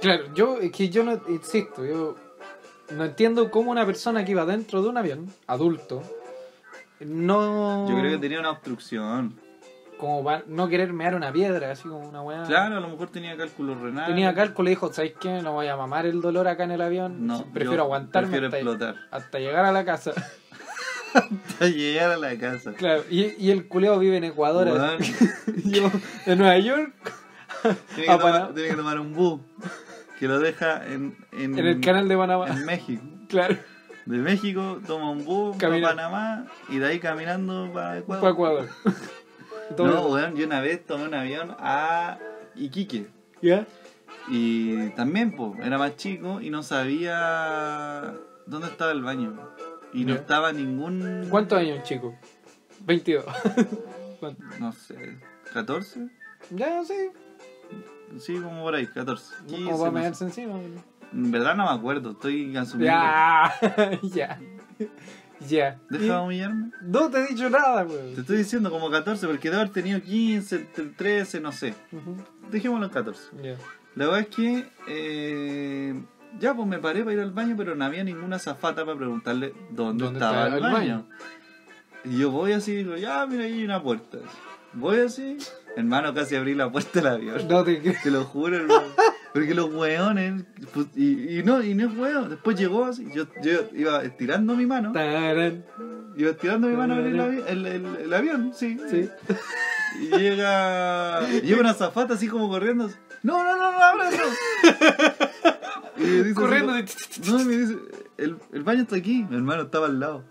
Claro, yo, es que yo no, insisto, yo no entiendo cómo una persona que iba dentro de un avión, adulto, no. Yo creo que tenía una obstrucción. Como va- no querer mear una piedra, así como una weá. Claro, a lo mejor tenía cálculo renal. Tenía cálculo y dijo, ¿sabes qué? No voy a mamar el dolor acá en el avión. No, yo prefiero aguantarme Prefiero hasta, explotar. hasta llegar a la casa. Hasta llegar a la casa. claro, y, y el culeo vive en Ecuador. Weón, así. yo, en Nueva York, tiene, que Ah, tomar, para- tiene que tomar un bus que lo deja en, en, en el canal de Panamá. Mm. en México. claro, De México toma un bus Camina. para Panamá y de ahí caminando para Ecuador. para Ecuador. No, Todo- weón, yo una vez tomé un avión a Iquique. ¿Ya? Y también, po, era más chico y no sabía dónde estaba el baño. Y no Ya. estaba ningún. ¿Cuántos años, chico? 22. No sé, ¿14? ya, sí. Sí, como por ahí, 14. 15, ¿Cómo va a no sé. meterse encima? En verdad no me acuerdo, estoy asumiendo. Ya, ya, ya. Deja de humillarme. Y No te he dicho nada, weón. Te estoy diciendo como 14, porque debe haber tenido 15, entre 13, no sé. Ujú, Dejémoslo en 14. Ya. La verdad es que. eh, ya, pues me paré para ir al baño, pero no había ninguna zafata para preguntarle dónde, ¿Dónde estaba estaba el el baño. baño? Y yo voy así, digo, ya, mira, ahí hay una puerta. Voy así, hermano, casi abrí la puerta del avión. No te creo. Te lo juro, hermano. Porque los hueones. pues, y, y no, y no es hueón. Después llegó así. Yo, yo iba estirando mi mano. Tarán. Iba estirando mi mano a abrir el, avi- el- el- el avión, sí. eh, Sí. Y llega. y Llega una zafata así como corriendo. así, No, no, no, no, abra, no. Y me dice así Corriendo. como- de- No, y me dice. El, el baño está aquí. Mi hermano estaba al lado.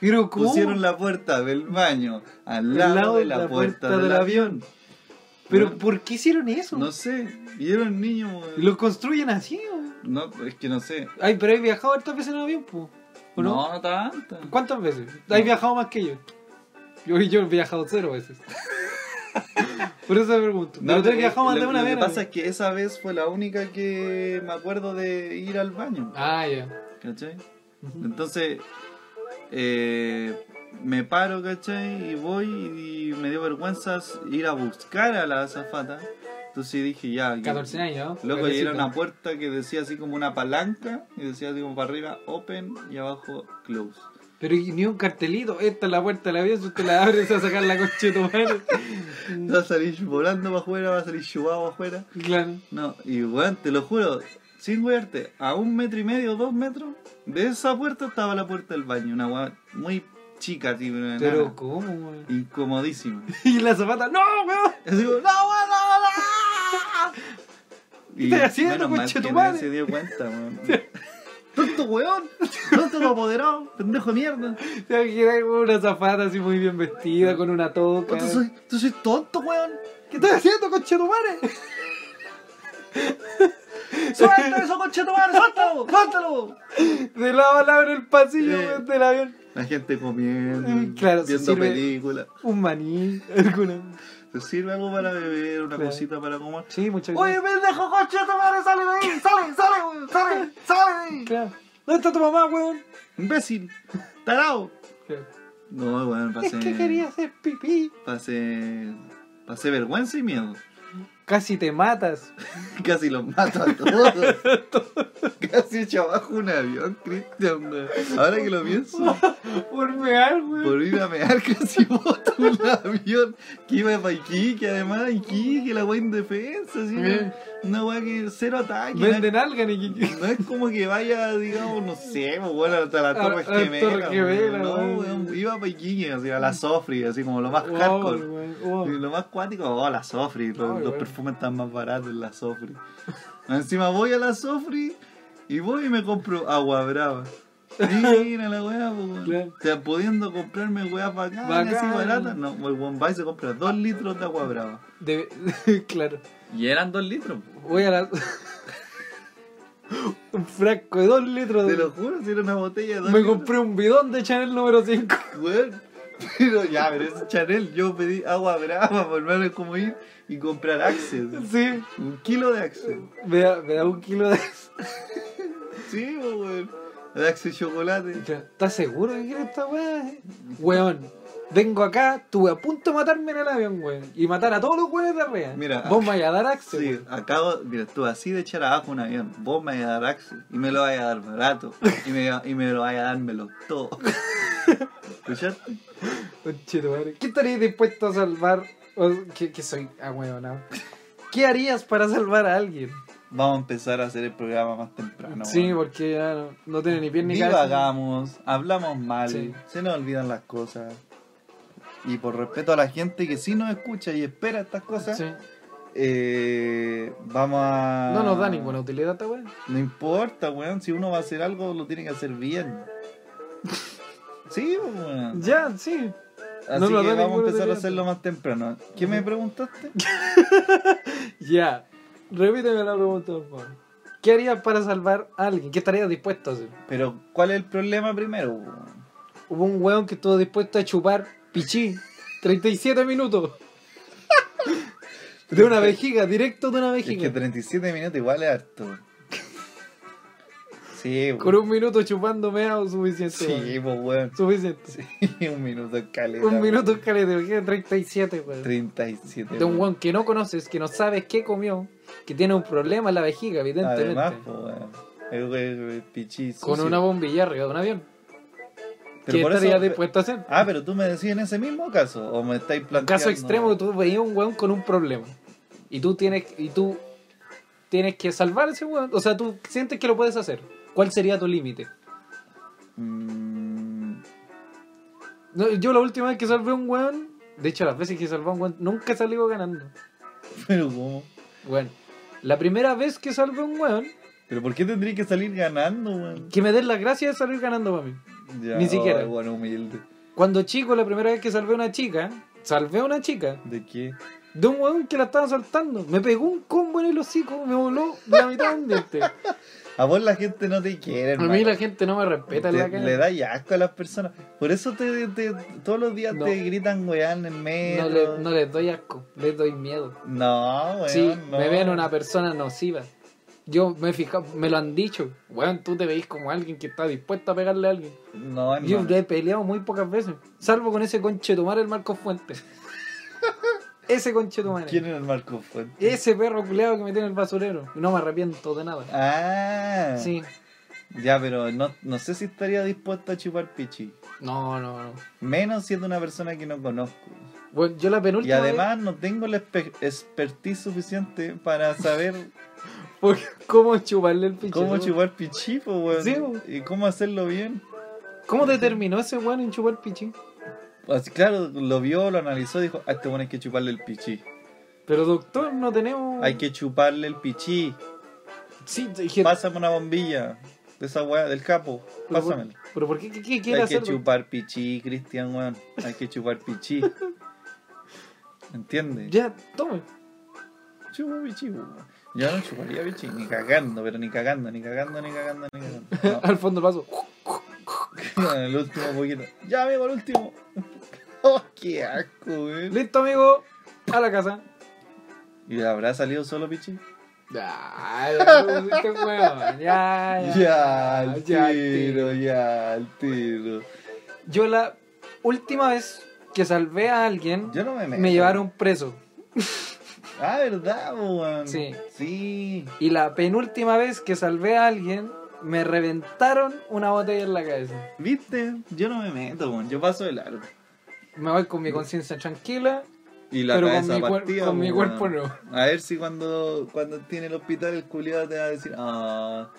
Pero ¿cómo? Pusieron la puerta del baño al Al lado, de la, puerta, del, avión. Pero ¿por qué hicieron eso? No sé. Y era un niño. weón. ¿Lo construyen así? o? No, es que no sé. Ay, pero has viajado hartas veces en avión, po. ¿O no? No, no tanto. ¿Cuántas veces? No. ¿Has viajado más que yo? yo? Yo he viajado cero veces. Por eso me pregunto. pero tú has lo- viajado más lo- de una Lo vez. que ¿no? pasa es que esa vez fue la única que me acuerdo de ir al baño. Ah, ya. ¿Cachai? Ujú. Entonces, eh, me paro, ¿cachai? Y voy y me dio vergüenza ir a buscar a la azafata. Entonces dije, ya. que- 14 años, ¿no? Loco, y Pobrecito. era una puerta que decía así como una palanca. Y decía así como para arriba, open y abajo, close. Pero y ni un cartelito, esta es la puerta del avión, si usted la abre se va a sacar la concha de tu madre. Va a salir volando para afuera, va a salir chubado para afuera. Claro. No, y weón, te lo juro, sin wearte, a un metro y medio, dos metros, de esa puerta estaba la puerta del baño, una weá muy chica, tipo, una Pero enana, ¿cómo, weón? incomodísima. Y la zapata, ¡no, weón! Así como, no, weón, no, no". ¿Qué estás haciendo, menos mal conche que tu nadie madre? se dio cuenta, weón. Tonto weón, tonto apoderado, pendejo de mierda. Se imaginas como una zapata así muy bien vestida, con una toca. Tú soy, tú soy tonto, weón. ¿Qué estás haciendo, concha de tu madre? Suelta eso, conche tu madre, suéltalo, suéltalo. De lado a lado en el pasillo, Eh. weón, del avión. La gente comiendo, Mm, claro, se viendo sirve- películas. Un maní, alguna. ¿Te sirve algo para beber, una Claro. cosita para comer? Sí, muchas Oye, gracias. pendejo, coche, tu madre, sale de ahí, sale, sale, weón, sale, sale de ahí. Claro. ¿Dónde está tu mamá, weón? Imbécil, tarao. Claro. No, weón, pasé. Es que quería hacer pipí. Pasé. Pasé vergüenza y miedo. Casi te matas. Casi los mato a todos. Casi echo abajo un avión, Cristian, weón. Ahora que lo pienso, Por mear, weón. por ir a mear casi boto un avión que iba para Iquique, además, Iquique, la weá indefensa, así, Bien. una weá que cero ataque. Venden alga, Niquique. No es como que vaya, digamos, no sé, pues, bueno, hasta la A- Torre a la Gemela. Torre Gemela, no, weón. weón, iba a Pekín, así, a la Sofri, así como lo más Wow, hardcore. Oh, weón, wow. Y Lo más cuático, oh, la Sofri, los, Ay, los weón. perfumes están más baratos en la Sofri. Encima voy a la Sofri y voy y me compro agua brava. Mira la weá, po, weón. Claro. O sea, pudiendo comprarme weá bacanas así Bacán. baratas. No, el weón va y se compra dos litros de agua brava. De- claro. Y eran dos litros, po. Voy a la... un frasco de 2 litros de... Te lo juro, si era una botella de dos Me litros. compré un bidón de Chanel número 5. Weón. Pero ya, pero ese Chanel, yo pedí agua brava por verme cómo ir y comprar Axel. Sí. Un kilo de Axel. Me da, me da un kilo de... Sí, po, weón. De Axel chocolate. ¿Estás seguro que quieres esta weá? Weón, vengo acá, estuve a punto de matarme en el avión, weón. Y matar a todos los weones de arriba. Mira. Vos me vais a dar Axel. Sí, acabo, mira, tú así de echar abajo un avión, vos me vas a dar Axel y me lo vas a dar barato y me, y me lo vas a dármelo todo. ¿Escuchaste? Conchito, madre. ¿Qué estarías dispuesto a salvar? O- que, que soy ah, weón, ¿Qué harías para salvar a alguien? Vamos a empezar a hacer el programa más temprano. sí, weón. porque ya no, no tiene ni piel ni cabeza. divagamos, hablamos mal, Sí. se nos olvidan las cosas. Y por respeto a la gente que sí nos escucha y espera estas cosas, Sí. eh, vamos a... No nos da ninguna utilidad esta weón. No importa, weón. Si uno va a hacer algo, lo tiene que hacer bien. Sí, weón. Ya, sí. Así no nos que da vamos a ninguna empezar a utilidad. hacerlo más temprano. ¿Qué me preguntaste? Ya. Repíteme la pregunta, por favor. ¿Qué harías para salvar a alguien? ¿Qué estarías dispuesto a hacer? Pero, ¿cuál es el problema primero? weón? Hubo un weón que estuvo dispuesto a chupar pichí 37 minutos. De una vejiga, directo de una Es que vejiga. 37 minutos igual es harto. weón. Sí, Con weón. un minuto chupando me hago suficiente. Sí, weón. pues, weón. Suficiente. Sí, un minuto es caleta. un weón. minuto en caleta, imagínate, 37, weón. 37. De un weón. weón que no conoces, que no sabes qué comió, que tiene un problema en la vejiga, evidentemente. Además, pues, weón. Es weón, es pichí con sucio. una bombilla arriba de un avión. Pero ¿Qué por eso- estarías dispuesto a hacer? Ah, pero tú me decís en ese mismo caso. O me estáis planteando. Un caso extremo, tú veías un weón con un problema. Y tú tienes, y tú tienes que salvar a ese weón. O sea, tú sientes que lo puedes hacer. ¿Cuál sería tu límite? Mm, No, yo la última vez que salvé a un weón, de hecho las veces que salvé a un weón, nunca salí ganando. pero ¿cómo? Bueno, la primera vez que salvé a un weón, ¿Pero por qué tendría que salir ganando, weón? que me den la gracia de salir ganando para mí. Ya, Ni siquiera. ay, bueno, humilde. Cuando chico, la primera vez que salvé a una chica, salvé a una chica ¿De qué? de un weón que la estaba saltando. Me pegó un combo en el hocico, me voló la mitad de un diente. A A vos la gente no te quiere, hermano. mí la gente no me respeta en Te- la calle. Le da asco a las personas. Por eso te, te- todos los días No. te gritan, weón, en el No, metro. le- no les doy asco, les doy miedo. No, weón. sí, no. me ven una persona nociva. Yo me he fijado, me lo han dicho. Weón, tú te veis como alguien que está dispuesto a pegarle a alguien. No, hermano. Yo he peleado muy pocas veces. Salvo con ese conche tomar el Marco Fuentes. ese conche tomar. ¿Quién era el Marco Fuente? Ese perro culeado que me tiene en el basurero. Y no me arrepiento de nada. Ah. Sí. Ya, pero no, no sé si estaría dispuesto a chupar pichi. No, no, no. Menos siendo una persona que no conozco. Bueno, yo la penúltima. Y además no tengo la espe- expertise suficiente para saber vez- ¿Por ¿Cómo chuparle el pinche? cómo chupar pichí, po, weón. Sí, po. Y cómo hacerlo bien. ¿Cómo determinó ese weón en chupar pichín? Así, claro, lo vio, lo analizó, dijo, a este bueno hay que chuparle el pichí. Pero doctor, no tenemos. Hay que chuparle el pichí. Sí, dije- Pásame una bombilla de esa weá, del capo. Pero por- Pásamela. ¿Pero por qué? ¿Qué, qué quiere Hay hacer? que chupar pichí, Cristian, weón. Hay que chupar pichí. ¿Entiendes? Ya, tome. Chupo pichí, weón. Yo no chuparía pichí, ni cagando, pero ni cagando, ni cagando, ni cagando, ni cagando. Al fondo paso. No, el último poquito. Ya, amigo, el último. Oh, qué asco, weón. Listo, amigo. A la casa. ¿Y habrá salido solo Pichi? Ya, ya, este weón, ya, Ya, al ya, al tiro, ya, al tiro. Yo la última vez que salvé a alguien, Yo no me meto. me llevaron preso. Ah, ¿verdad, weón? Sí. Sí. Y la penúltima vez que salvé a alguien, me reventaron una botella en la cabeza. ¿Viste? Yo no me meto, weón. Yo paso de largo. Me voy con mi conciencia tranquila, Y la pero con cabeza mi, cuer- partida, con mi weón. cuerpo no. A ver si cuando, cuando tiene el hospital el culiado te va a decir, ah,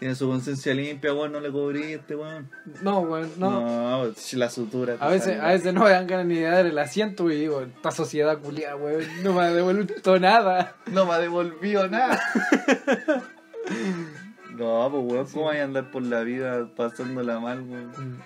tiene su conciencia limpia, weón, no le cubrí este weón. No, weón, no. no si la sutura. te A veces, sale. a veces no me dan ganas ni de dar el asiento y digo, esta sociedad culiada, weón, no me ha devuelto nada. No me devolvió nada. No, pues weón, ¿cómo vais a andar por la vida pasándola mal, weón?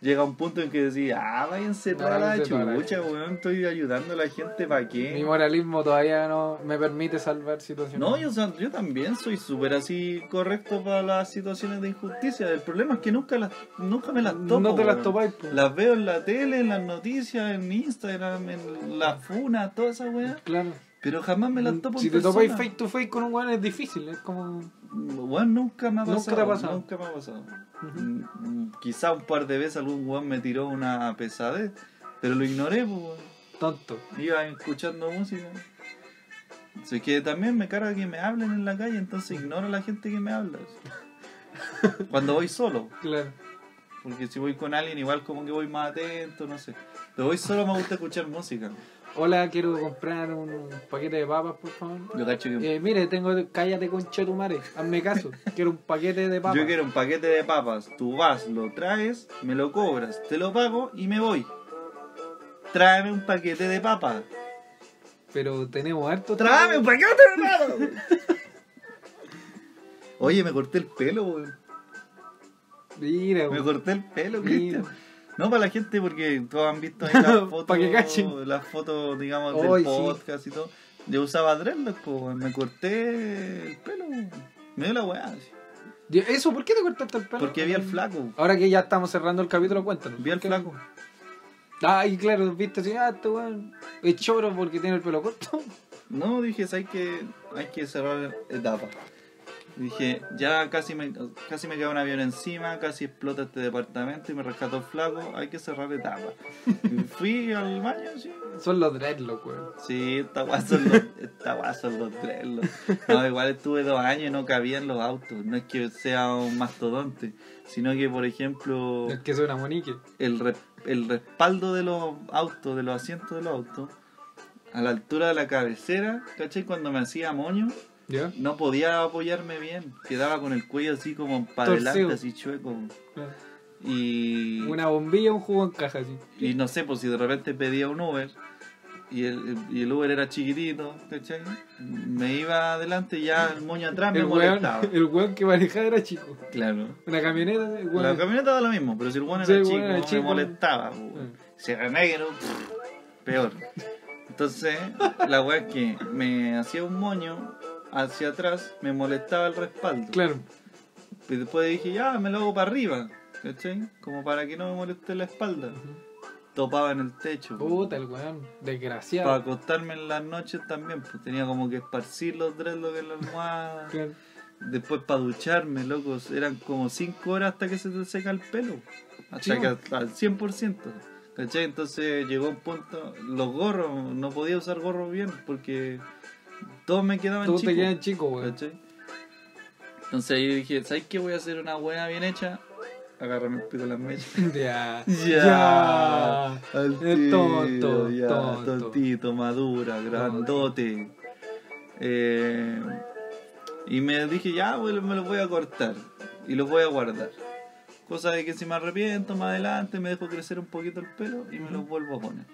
Llega un punto en que decís, ah, váyanse toda la Váyanse toda la chucha, chucha. weón, estoy ayudando a la gente, ¿para Mi qué? moralismo todavía no me permite salvar situaciones. No, yo, o sea, yo también soy súper así correcto para las situaciones de injusticia. El problema es que nunca las nunca me las topo. No te las weón. topáis, po. Las veo en la tele, en las noticias, en Instagram, en las funas, toda esa weá. Claro. Pero jamás me las topo Mm, Si en te topáis persona. face to face con un weón es difícil, es como. Weón, nunca me ha Nunca pasado. te ha pasado. nunca me ha pasado. Mm, mm, Quizá un par de veces algún weón me tiró una pesadez, pero lo ignoré, pues, weón. Tonto. Iba escuchando música. Así que también me carga que me hablen en la calle, entonces ignoro a la gente que me habla. así. Cuando voy solo, Claro. porque si voy con alguien igual como que voy más atento, no sé. Pero voy solo me gusta escuchar música. Hola, quiero comprar un paquete de papas, por favor. Yo cacho que... Eh, mire, tengo. Cállate con chetumare. Hazme caso. Quiero un paquete de papas. Yo quiero un paquete de papas. Tú vas, lo traes, me lo cobras, te lo pago y me voy. Tráeme un paquete de papas. Pero tenemos harto. ¡Tráeme un tiempo. paquete de papas! Oye, me corté el pelo, weón. Mira, Me weón. corté el pelo, Mira. Cristian. No para la gente, porque todos han visto ahí las fotos, Pa' que cachen. las fotos, digamos, Ay, del sí. podcast y todo. Yo usaba dreadlocks, po, weón. me corté el pelo, weón. me dio la weá. así. Yo- Eso, ¿por qué te cortaste el pelo? Porque vi al flaco, Ahora que ya estamos cerrando el capítulo, cuéntanos. vi al ¿Por qué? flaco. Ah, y claro, viste así, ah, este weón es choro porque tiene el pelo corto. No, dije, hay que, hay que cerrar etapa. Dije, ya casi me, casi me queda un avión encima, casi explota este departamento y me rescató flaco, hay que cerrar etapa. Y Fui al baño, sí. Son los dreadlocks, weón. Sí, esta guay son los, esta guay son los tres. los- No, igual estuve dos años y no cabía en los autos. No es que sea un mastodonte, sino que, por ejemplo, El que suena monique. el, re- el respaldo de los autos, de los asientos de los autos, a la altura de la cabecera, ¿cachai? Cuando me hacía moño, ¿Ya? no podía apoyarme bien. Quedaba con el cuello así como para Torcido. adelante, así chueco. Y, Una bombilla, un jugo en caja, así. y no sé, pues si de repente pedía un Uber y el, y el Uber era chiquitito, ¿cachai? Me iba adelante y ya el moño atrás me El weón, molestaba. el weón que manejaba era chico. Claro. Una camioneta, el La weón. camioneta da lo mismo, pero si el bueno Sí, era, el chico, weón era me chico. molestaba. pues. Mm. Si era negro, pff, peor. Entonces, la weá es que me hacía un moño hacia atrás, me molestaba el respaldo. Claro, Y después dije, ya, me lo hago para arriba, ¿cachai? Como para que no me moleste la espalda. Topaba en el techo. pues. puta, el weón. Para Desgraciado. acostarme en las noches también, pues tenía como que esparcir los dreadlocks en la almohada. Claro. Después para ducharme, locos, eran como 5 horas hasta que se te seca el pelo. Hasta Sí, que man. hasta al 100%. ¿Cachai? Entonces llegó un punto, los gorros, no podía usar gorros bien porque todos me quedaban Todos te chicos. quedan chico, weón. ¿Cachai? Entonces ahí dije, ¿sabes qué? Voy a hacer una buena bien hecha. Agárrame el pico de las mechas. Ya. Ya. Al Eh, tonto, tiro, ya, tonto. tontito, madura, grandote. Eh, y me dije, ya, bueno, me los voy a cortar y los voy a guardar. Cosa de que si me arrepiento más adelante, me dejo crecer un poquito el pelo y me los vuelvo a poner.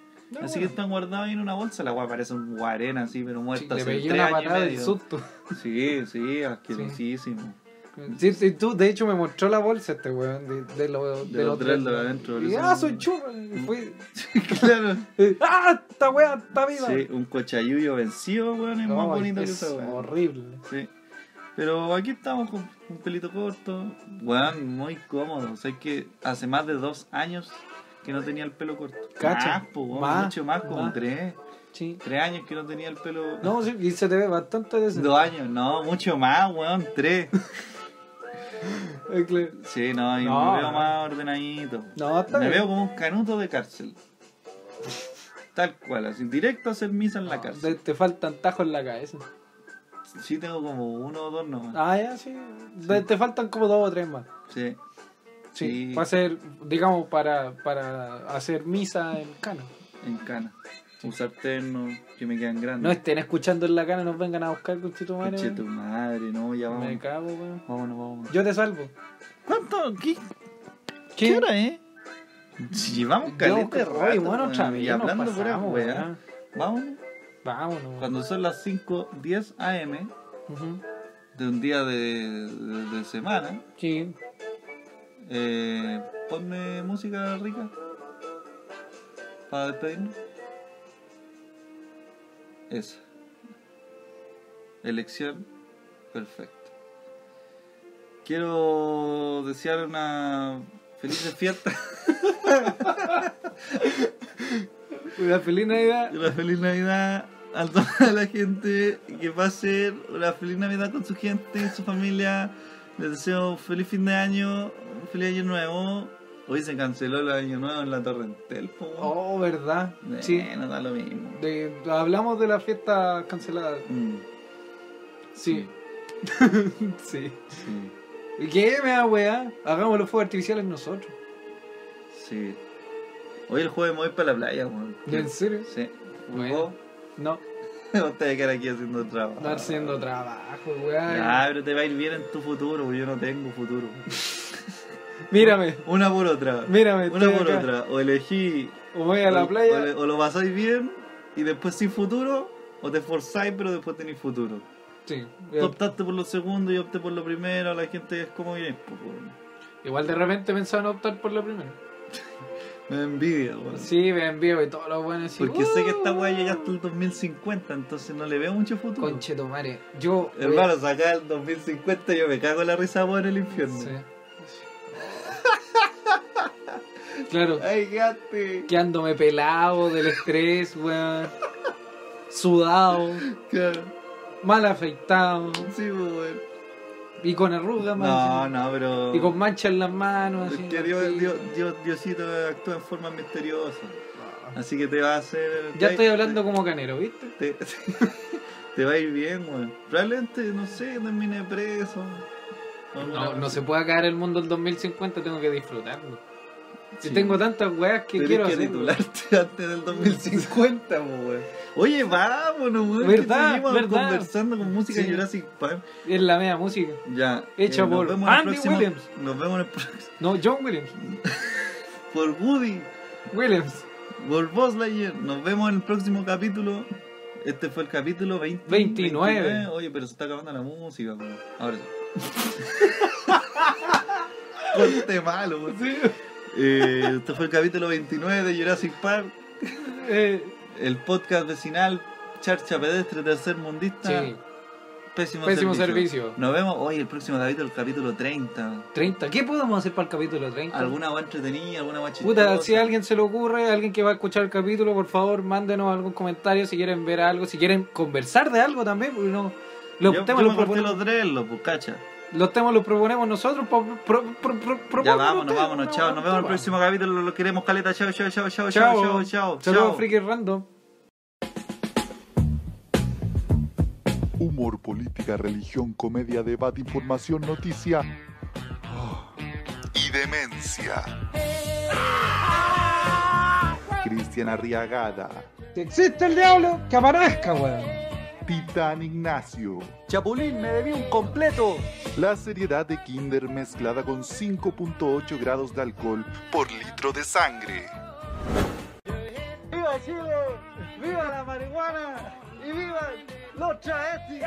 así que están guardados ahí en una bolsa. La guapa parece un guarena así, pero Sí, muerta Le hace pegué tres una años y patada de medio. susto. Sí, sí, asquerosísimo. Sí, sí, tú, de hecho, me mostró la bolsa este weón de, de, lo- De de los los dreadlocks dreadlocks. adentro, Y, eso ah, no- soy churro. y Fui. claro. eh, ¡Ah! Esta weá está viva. Sí, un cochayuyo vencido, weón, es más No, bonito es que esa weón. horrible. Sí. Pero aquí estamos con un pelito corto. Weón, muy cómodo. O sea, es que hace más de dos años que no tenía el pelo corto. Cacha. Más, po, weón, Más, mucho más, como más. tres. Sí. Tres años que no tenía el pelo. No, sí, y se te ve bastante de Dos años, no, mucho más, weón, tres. Sí, no, y No, me veo no. más ordenadito. No, está me bien. veo como un canuto de cárcel. Tal cual, así, directo a hacer misa en la No, cárcel. te, te faltan tajos en la cabeza. Sí, tengo como uno o dos nomás. Ah, ya, sí. Te- Te faltan como dos o tres más. Sí. Sí. Sí. Para hacer, digamos, para, para hacer misa en cana. en cana. Usar ternos que me quedan grandes. No estén escuchando en la cana, nos vengan a buscar con tu madre. Conche weón. tu madre, no, ya vamos. ¿eh? Me cago, weón. Vámonos, vámonos. Yo te salvo. ¿Cuánto? ¿Qué, ¿Qué? hora es? Si Llevamos Yo, caleta de pero, rato, oye, bueno, weón, otra vez. y nos hablando pura pasamos, weá. weón. Vámonos. Vámonos. Cuando son las 5.10 am, Ujú. de un día de, de- de semana, Sí. eh, ponme música rica para despedirnos. Eso. Elección perfecta. Quiero desear una feliz fiesta. Una feliz Navidad. Una feliz Navidad a toda la gente que va a ser una feliz Navidad con su gente, su familia. Les deseo un feliz fin de año, un feliz año nuevo. Hoy se canceló el año nuevo en la Torrentel, po. Oh, ¿verdad? Bueno, Sí. da lo mismo. De- hablamos de la fiesta cancelada. Mm, Sí. sí. sí, ¿Y ¿Qué me da weá? Hagamos los fuegos artificiales nosotros. sí. Hoy el jueves me voy para la playa, weón. ¿En serio? Sí. Oh, Bueno. No, Vos vos te vas a quedar aquí haciendo trabajo. estar haciendo trabajo, Ah. Ya, weá. pero te va a ir bien en tu futuro, porque yo no tengo futuro. Mírame, Una por otra. mírame. Una estoy por acá. otra. O elegí O voy a o- la O, playa. le- o lo pasáis bien y después sin futuro, o te esforzáis pero después tenéis futuro. Sí. Tú optaste por lo segundo y opté por lo primero, la gente es como bien, po, weón. Igual de repente pensaban optar por la primera. Me da envidia, weón. Sí, me envío y todos los buenos así. "Uh, Porque sé que esta guay weá llega hasta el 2050, entonces no le veo mucho futuro. Conchetumare. Yo. Hermano, saca el 2050 yo me cago en la risa weón, en el infierno. Sí. claro. Ay, quedaste. Quedándome pelado del estrés, weón. Sudado, Claro. mal afeitado Sí, po, weón. y con arrugas No, más. no, pero. Y con manchas en las manos. Es así, que en Dios, la Dios, piel. Dios- Diosito actúa en forma misteriosa. Así que te va a hacer. Ya estoy hablando como canero, ¿viste? Te, te va a ir bien, weón. Probablemente, no sé, termine preso. No, no se puede. puede acabar el mundo el 2050, tengo que disfrutarlo. Si Sí. tengo tantas weas que Tenés quiero que hacer. weón. titularte antes del 2050, po, weón. Oye, vámonos, weón. que ¿Verdad? seguimos ¿Verdad? conversando con música Sí. Jurassic Park. Es la media música. Ya. eh, Hecha nos por vemos en el Andy próximo- Williams. Nos vemos en el próximo. No, John Williams. Por Woody. Williams. Por Buzz Lightyear. Nos vemos en el próximo capítulo. Este fue el capítulo 20 29. Oye, pero se está acabando la música, weón. Ahora sí. Corte malo, weón. Eh, este fue el capítulo 29 de Jurassic Park, Eh, el podcast vecinal, charcha pedestre tercermundista, sí. pésimo, Pésimo servicio. servicio. Nos vemos hoy el próximo capítulo, el capítulo 30. 30. ¿Qué podemos hacer para el capítulo 30? ¿Alguna va entretenida? ¿Alguna va Puta, chistosa? si a alguien se le ocurre, alguien que va a escuchar el capítulo, por favor, mándenos algún comentario si quieren ver algo, si quieren conversar de algo también, porque no. Yo, Los yo temas me los, corté proponemos, los dreadlocks, pues cacha. los temas los proponemos nosotros. pro- pro- pro- pro- Ya propongan vámonos, ustedes, vámonos, chao. Nos vemos en el chao. próximo capítulo, lo queremos, caleta. Chao, chao, chao, chao, Chao. chao, chao, chao. chao. Saludos, Friki Random. Humor, política, religión, comedia, debate, información, noticia ah, y demencia. Cristian Arriagada, Si existe el diablo, que aparezca, weón. Titán Ignacio. Chapulín, me debí un completo. La seriedad de Kinder mezclada con 5.8 grados de alcohol por litro de sangre. ¡Viva Chile! ¡Viva la marihuana! ¡Y viva los travestis!